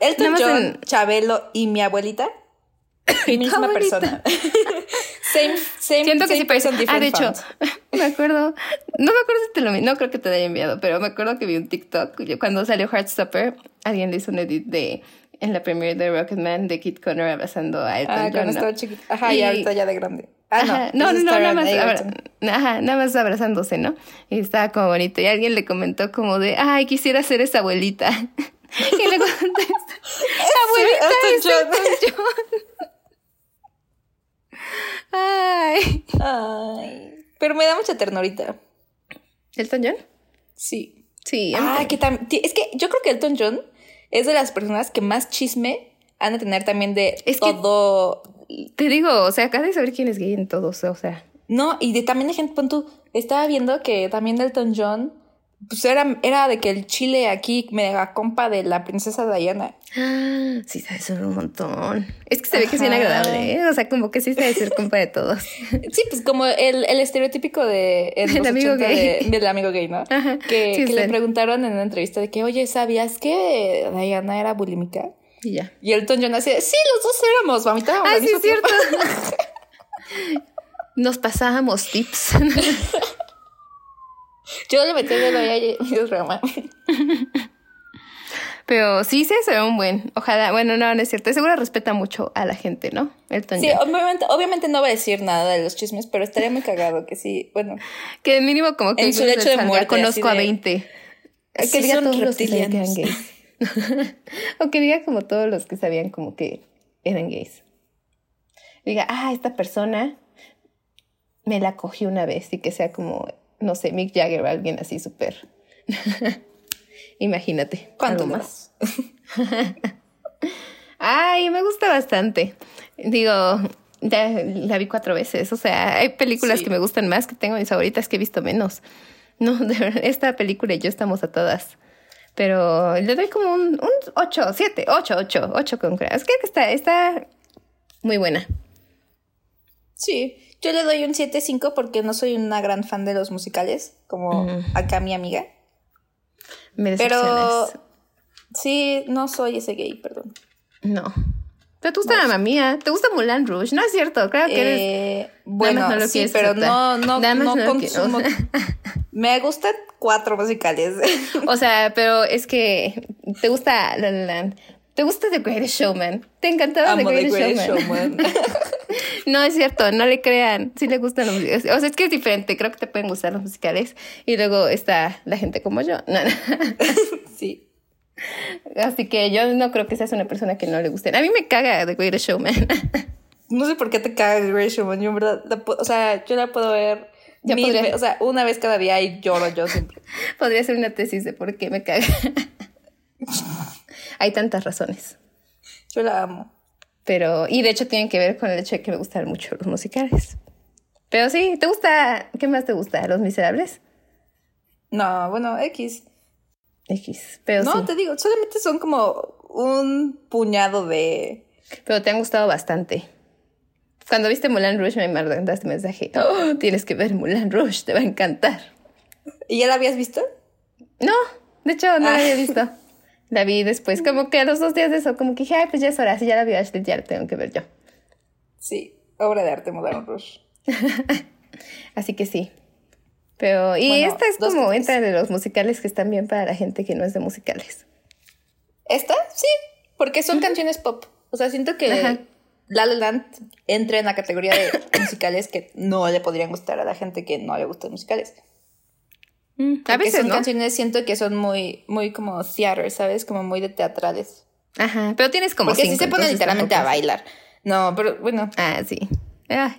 [SPEAKER 1] Elton
[SPEAKER 2] Nada más
[SPEAKER 1] John,
[SPEAKER 2] en-
[SPEAKER 1] Chabelo y mi abuelita. misma persona.
[SPEAKER 2] abuelita.
[SPEAKER 1] same, same,
[SPEAKER 2] Siento que
[SPEAKER 1] same
[SPEAKER 2] sí parece.
[SPEAKER 1] person,
[SPEAKER 2] Ah,
[SPEAKER 1] Em, different
[SPEAKER 2] de hecho,
[SPEAKER 1] font.
[SPEAKER 2] me acuerdo. No me acuerdo si te lo envi- No creo que te lo haya enviado, pero me acuerdo que vi un TikTok. yo- Cuando salió Heartstopper, alguien le hizo un edit de. En la premiere de Rocketman de Kit Connor abrazando a Elton
[SPEAKER 1] Ah,
[SPEAKER 2] John.
[SPEAKER 1] cuando
[SPEAKER 2] ¿no?
[SPEAKER 1] estaba chiquita. Ajá, y,
[SPEAKER 2] Y-
[SPEAKER 1] ahorita ya de grande. Ah,
[SPEAKER 2] Ajá,
[SPEAKER 1] no.
[SPEAKER 2] no, no,
[SPEAKER 1] ese es
[SPEAKER 2] no, nada
[SPEAKER 1] Taron
[SPEAKER 2] más, abra-
[SPEAKER 1] Egerton.
[SPEAKER 2] ajá, nada más abrazándose, ¿no? Y estaba como bonito. Y alguien le comentó como de, ay, quisiera ser esa abuelita. y le contesta, abuelita
[SPEAKER 1] Elton
[SPEAKER 2] es ¡Ah, Elton John. ay.
[SPEAKER 1] Ay, pero me da mucha ternurita.
[SPEAKER 2] ¿Elton John?
[SPEAKER 1] Sí.
[SPEAKER 2] Sí. a mí
[SPEAKER 1] Ah, que tam- ti- es que yo creo que Elton John es de las personas que más chisme han de tener también de
[SPEAKER 2] Es que-
[SPEAKER 1] todo.
[SPEAKER 2] Te digo, o sea, acabas de saber quién es gay en todos, o sea.
[SPEAKER 1] No, y de también de gente, pon tú, estaba viendo que también Elton John, pues era, era de que el chile aquí mega compa de la princesa Diana.
[SPEAKER 2] Ah, Sí, sabe ser un montón. Es que se ve que es bien
[SPEAKER 1] Ajá.
[SPEAKER 2] agradable, ¿eh? O sea, como que sí sabe ser compa de todos.
[SPEAKER 1] Sí, pues como el, el estereotípico de en
[SPEAKER 2] El
[SPEAKER 1] los
[SPEAKER 2] amigo
[SPEAKER 1] 80 de-
[SPEAKER 2] gay.
[SPEAKER 1] del amigo gay, ¿no?
[SPEAKER 2] Ajá,
[SPEAKER 1] Que,
[SPEAKER 2] sí,
[SPEAKER 1] que le
[SPEAKER 2] sí.
[SPEAKER 1] preguntaron en una entrevista de que, oye, ¿sabías que Diana era bulímica?
[SPEAKER 2] Y ya.
[SPEAKER 1] Y Elton John así, de, sí, los dos éramos, mamita. éramos
[SPEAKER 2] ¡Ay,
[SPEAKER 1] al
[SPEAKER 2] Ah, sí,
[SPEAKER 1] mismo
[SPEAKER 2] es cierto!
[SPEAKER 1] tiempo".
[SPEAKER 2] Nos pasábamos tips.
[SPEAKER 1] Yo le metí el dedo ahí a ella y es broma.
[SPEAKER 2] Pero sí se ve un buen. Ojalá. Bueno, no, no es cierto. Seguro respeta mucho a la gente, ¿no? Elton
[SPEAKER 1] Sí,
[SPEAKER 2] John.
[SPEAKER 1] obviamente, obviamente no va a decir nada de los chismes, pero estaría muy cagado que sí, bueno,
[SPEAKER 2] Que mínimo como que
[SPEAKER 1] En su
[SPEAKER 2] incluso
[SPEAKER 1] lecho
[SPEAKER 2] el
[SPEAKER 1] de
[SPEAKER 2] salvar,
[SPEAKER 1] muerte, así
[SPEAKER 2] conozco a
[SPEAKER 1] de-
[SPEAKER 2] 20.
[SPEAKER 1] Es
[SPEAKER 2] que
[SPEAKER 1] que
[SPEAKER 2] diga
[SPEAKER 1] son
[SPEAKER 2] todos los que sabían que eran
[SPEAKER 1] reptilianos.
[SPEAKER 2] gays. o que diga como todos los que sabían como que eran gays. Diga, ah, esta persona me la cogió una vez y que sea como, no sé, Mick Jagger o alguien así súper. Imagínate.
[SPEAKER 1] ¿cuánto
[SPEAKER 2] algo
[SPEAKER 1] más?
[SPEAKER 2] Ay, me gusta bastante. Digo, ya la vi cuatro veces. O sea, hay películas
[SPEAKER 1] Sí.
[SPEAKER 2] que me gustan más, que tengo mis favoritas, que he visto menos. No, de verdad, esta película y yo estamos atadas. Pero le doy como un, un 8, 7, 8, 8, 8 con creo. Es que está, está muy buena.
[SPEAKER 1] Sí, yo le doy un 7-5 porque no soy una gran fan de los musicales, como
[SPEAKER 2] Mm.
[SPEAKER 1] acá mi amiga.
[SPEAKER 2] Me
[SPEAKER 1] Pero
[SPEAKER 2] decepcionas.
[SPEAKER 1] sí, no soy ese gay, perdón.
[SPEAKER 2] No. Pero te gusta la mamá mía, te gusta Mulan Rouge, no es cierto, claro Ah, que eres.
[SPEAKER 1] Eh, bueno,
[SPEAKER 2] no lo
[SPEAKER 1] sí,
[SPEAKER 2] quieres
[SPEAKER 1] pero
[SPEAKER 2] aceptar.
[SPEAKER 1] no, no,
[SPEAKER 2] Nada más
[SPEAKER 1] no
[SPEAKER 2] no lo quieres, o
[SPEAKER 1] consumo. Me gustan cuatro musicales.
[SPEAKER 2] O sea, pero es que te gusta La La Land, te gusta The Greatest Showman, te encantaba The
[SPEAKER 1] Amo The
[SPEAKER 2] Greatest,
[SPEAKER 1] Greatest
[SPEAKER 2] Showman.
[SPEAKER 1] Showman.
[SPEAKER 2] No es cierto, no le crean, sí le gustan los musicales. O sea, es que es diferente, creo que te pueden gustar los musicales y luego está la gente como yo. No, no.
[SPEAKER 1] Sí.
[SPEAKER 2] Así que yo no creo que seas una persona que no le guste. A mí me caga The Greatest Showman.
[SPEAKER 1] No sé por qué te caga The Greatest Showman. Yo, en verdad, la pu- o sea, yo la puedo ver
[SPEAKER 2] Ya
[SPEAKER 1] mil
[SPEAKER 2] podría.
[SPEAKER 1] ve- O sea, una vez cada día y lloro yo siempre.
[SPEAKER 2] Podría ser una tesis de por qué me caga. Hay tantas razones.
[SPEAKER 1] Yo la amo.
[SPEAKER 2] Pero, y de hecho tienen que ver con el hecho de que me gustan mucho los musicales. Pero sí, ¿te gusta? ¿Qué más te gusta? ¿Los miserables?
[SPEAKER 1] No, bueno, X.
[SPEAKER 2] X. Pero
[SPEAKER 1] No,
[SPEAKER 2] sí.
[SPEAKER 1] te digo, solamente son como un puñado de...
[SPEAKER 2] Pero te han gustado bastante. Oh, Cuando viste Mulan Rush me mandaste mensaje. Oh, tienes que ver Mulan Rush, te va a encantar.
[SPEAKER 1] ¿Y ya la habías visto?
[SPEAKER 2] No, de hecho no la había visto. La vi después, como que a los dos días de eso, como que dije, ay, pues ya es hora, si ya la vi Ashley, ya la tengo que ver yo.
[SPEAKER 1] Sí, obra de arte Modern Rush.
[SPEAKER 2] Así que sí. Pero, y
[SPEAKER 1] Bueno,
[SPEAKER 2] esta es
[SPEAKER 1] dos
[SPEAKER 2] como,
[SPEAKER 1] que tres.
[SPEAKER 2] entra de los musicales que están bien para la gente que no es de musicales.
[SPEAKER 1] ¿Esta? Sí, porque son canciones pop. O sea, siento que
[SPEAKER 2] Ajá.
[SPEAKER 1] La La Land entra en la categoría de musicales que no le podrían gustar a la gente que no le gustan musicales.
[SPEAKER 2] Mm. a
[SPEAKER 1] Porque
[SPEAKER 2] veces
[SPEAKER 1] son
[SPEAKER 2] no.
[SPEAKER 1] canciones siento que son muy, muy como theater, ¿sabes? Como muy de teatrales.
[SPEAKER 2] Ajá, pero tienes como
[SPEAKER 1] porque sí
[SPEAKER 2] cinco,
[SPEAKER 1] se ponen
[SPEAKER 2] entonces
[SPEAKER 1] literalmente a
[SPEAKER 2] tampoco es-
[SPEAKER 1] bailar. No, pero bueno,
[SPEAKER 2] Ah, sí. Ah.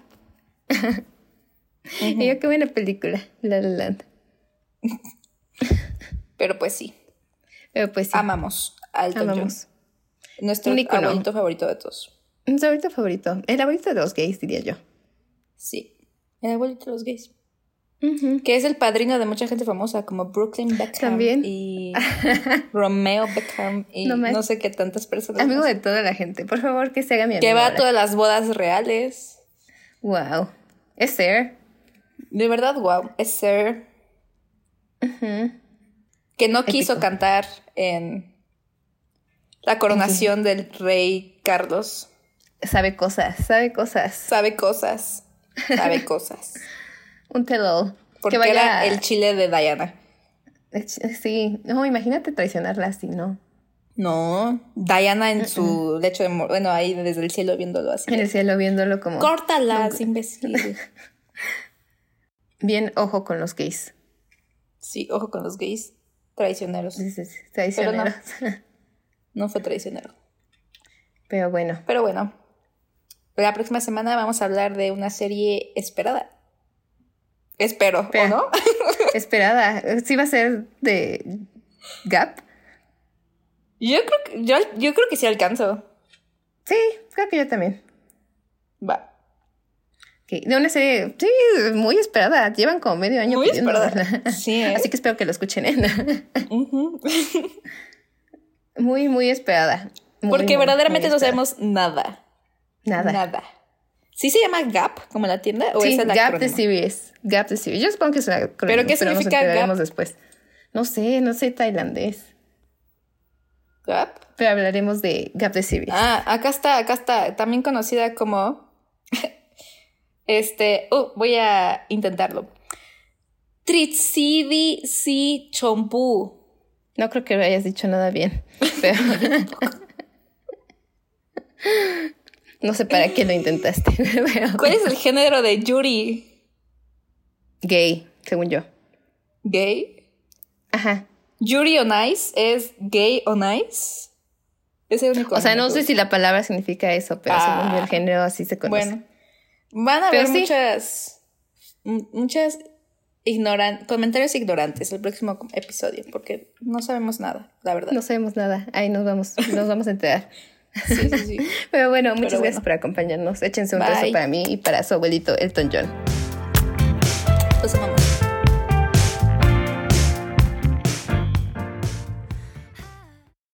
[SPEAKER 2] y yo qué buena película, La La Land.
[SPEAKER 1] pero pues sí.
[SPEAKER 2] Pero pues sí,
[SPEAKER 1] Amamos a Elton John.
[SPEAKER 2] amamos.
[SPEAKER 1] Nuestro
[SPEAKER 2] Un ícono.
[SPEAKER 1] abuelito favorito de todos.
[SPEAKER 2] Un favorito favorito. El favorito de los gays, diría yo.
[SPEAKER 1] Sí. El abuelito de los gays. Mm, Que es el padrino de mucha gente famosa, como Brooklyn Beckham.
[SPEAKER 2] También.
[SPEAKER 1] Y Romeo Beckham. Y
[SPEAKER 2] No
[SPEAKER 1] no,
[SPEAKER 2] más.
[SPEAKER 1] sé qué tantas personas.
[SPEAKER 2] Amigo
[SPEAKER 1] más.
[SPEAKER 2] de toda la gente. Por favor, que se haga mi amigo.
[SPEAKER 1] que va a
[SPEAKER 2] ahora.
[SPEAKER 1] todas las bodas reales.
[SPEAKER 2] Wow. Es Ser.
[SPEAKER 1] De verdad, wow. Es ser. Que no quiso
[SPEAKER 2] Épico.
[SPEAKER 1] cantar en la coronación del rey Carlos.
[SPEAKER 2] Sabe cosas, sabe cosas.
[SPEAKER 1] Sabe cosas. Sabe cosas.
[SPEAKER 2] Un telol.
[SPEAKER 1] Porque era el chile de Diana.
[SPEAKER 2] Sí. No, imagínate traicionarla así, ¿no?
[SPEAKER 1] No, Diana en su lecho de mor- bueno, ahí desde el cielo viéndolo así.
[SPEAKER 2] En el cielo viéndolo como...
[SPEAKER 1] Córtalas, imbécil.
[SPEAKER 2] Bien, ojo con los gays.
[SPEAKER 1] Sí, ojo con los gays traicioneros.
[SPEAKER 2] Sí, sí, sí, Traicioneros. Pero,
[SPEAKER 1] No fue traicionero.
[SPEAKER 2] bueno.
[SPEAKER 1] Pero bueno, la próxima semana vamos a hablar de una serie esperada. Espero,
[SPEAKER 2] Espera.
[SPEAKER 1] ¿o no?
[SPEAKER 2] Esperada. Sí va a ser de... Gap.
[SPEAKER 1] Yo creo que, yo, yo creo que sí alcanzo.
[SPEAKER 2] Sí, creo que yo también.
[SPEAKER 1] Va.
[SPEAKER 2] Ok, De una serie, sí, muy esperada. Llevan como medio año
[SPEAKER 1] Muy
[SPEAKER 2] pidiéndola.
[SPEAKER 1] esperada. Sí, ¿eh?
[SPEAKER 2] Así que espero que lo escuchen. ¿eh?
[SPEAKER 1] Ujú.
[SPEAKER 2] Muy, muy esperada. Muy,
[SPEAKER 1] Porque
[SPEAKER 2] muy,
[SPEAKER 1] verdaderamente
[SPEAKER 2] muy
[SPEAKER 1] no
[SPEAKER 2] esperada.
[SPEAKER 1] sabemos nada.
[SPEAKER 2] nada.
[SPEAKER 1] ¿Sí se llama Gap como la tienda? ¿O
[SPEAKER 2] Sí,
[SPEAKER 1] es el
[SPEAKER 2] Gap de
[SPEAKER 1] acrónimo?
[SPEAKER 2] Series. Gap de Series. Yo supongo que es una
[SPEAKER 1] ¿Pero qué
[SPEAKER 2] nos
[SPEAKER 1] significa Gap?
[SPEAKER 2] enteraremos después. No sé, no sé tailandés.
[SPEAKER 1] Gap.
[SPEAKER 2] Pero hablaremos de Gap de Series.
[SPEAKER 1] Ah, acá está, acá está, también conocida como. este. Uh, voy a intentarlo. Tritsidi si chompu.
[SPEAKER 2] No creo que lo hayas dicho nada bien. Pero... no sé para qué lo intentaste. pero-
[SPEAKER 1] ¿Cuál es el género de Yuri?
[SPEAKER 2] Gay, según yo.
[SPEAKER 1] ¿Gay?
[SPEAKER 2] Ajá.
[SPEAKER 1] ¿Yuri on Ice es gay on Ice? Es el único.
[SPEAKER 2] O sea,
[SPEAKER 1] anime
[SPEAKER 2] no
[SPEAKER 1] que
[SPEAKER 2] sé si la palabra significa eso, pero
[SPEAKER 1] Ah.
[SPEAKER 2] según yo el género así se conoce.
[SPEAKER 1] Bueno, van a
[SPEAKER 2] Pero
[SPEAKER 1] haber
[SPEAKER 2] sí.
[SPEAKER 1] muchas, m- muchas ignoran comentarios ignorantes el próximo com- episodio, porque no sabemos nada, la verdad.
[SPEAKER 2] No sabemos nada. Ahí nos vamos, nos vamos a enterar.
[SPEAKER 1] Sí, sí, sí.
[SPEAKER 2] Pero bueno,
[SPEAKER 1] Pero
[SPEAKER 2] muchas
[SPEAKER 1] bueno.
[SPEAKER 2] gracias por acompañarnos. Échense un
[SPEAKER 1] Bye.
[SPEAKER 2] beso para mí y para su abuelito Elton John.
[SPEAKER 1] Pues,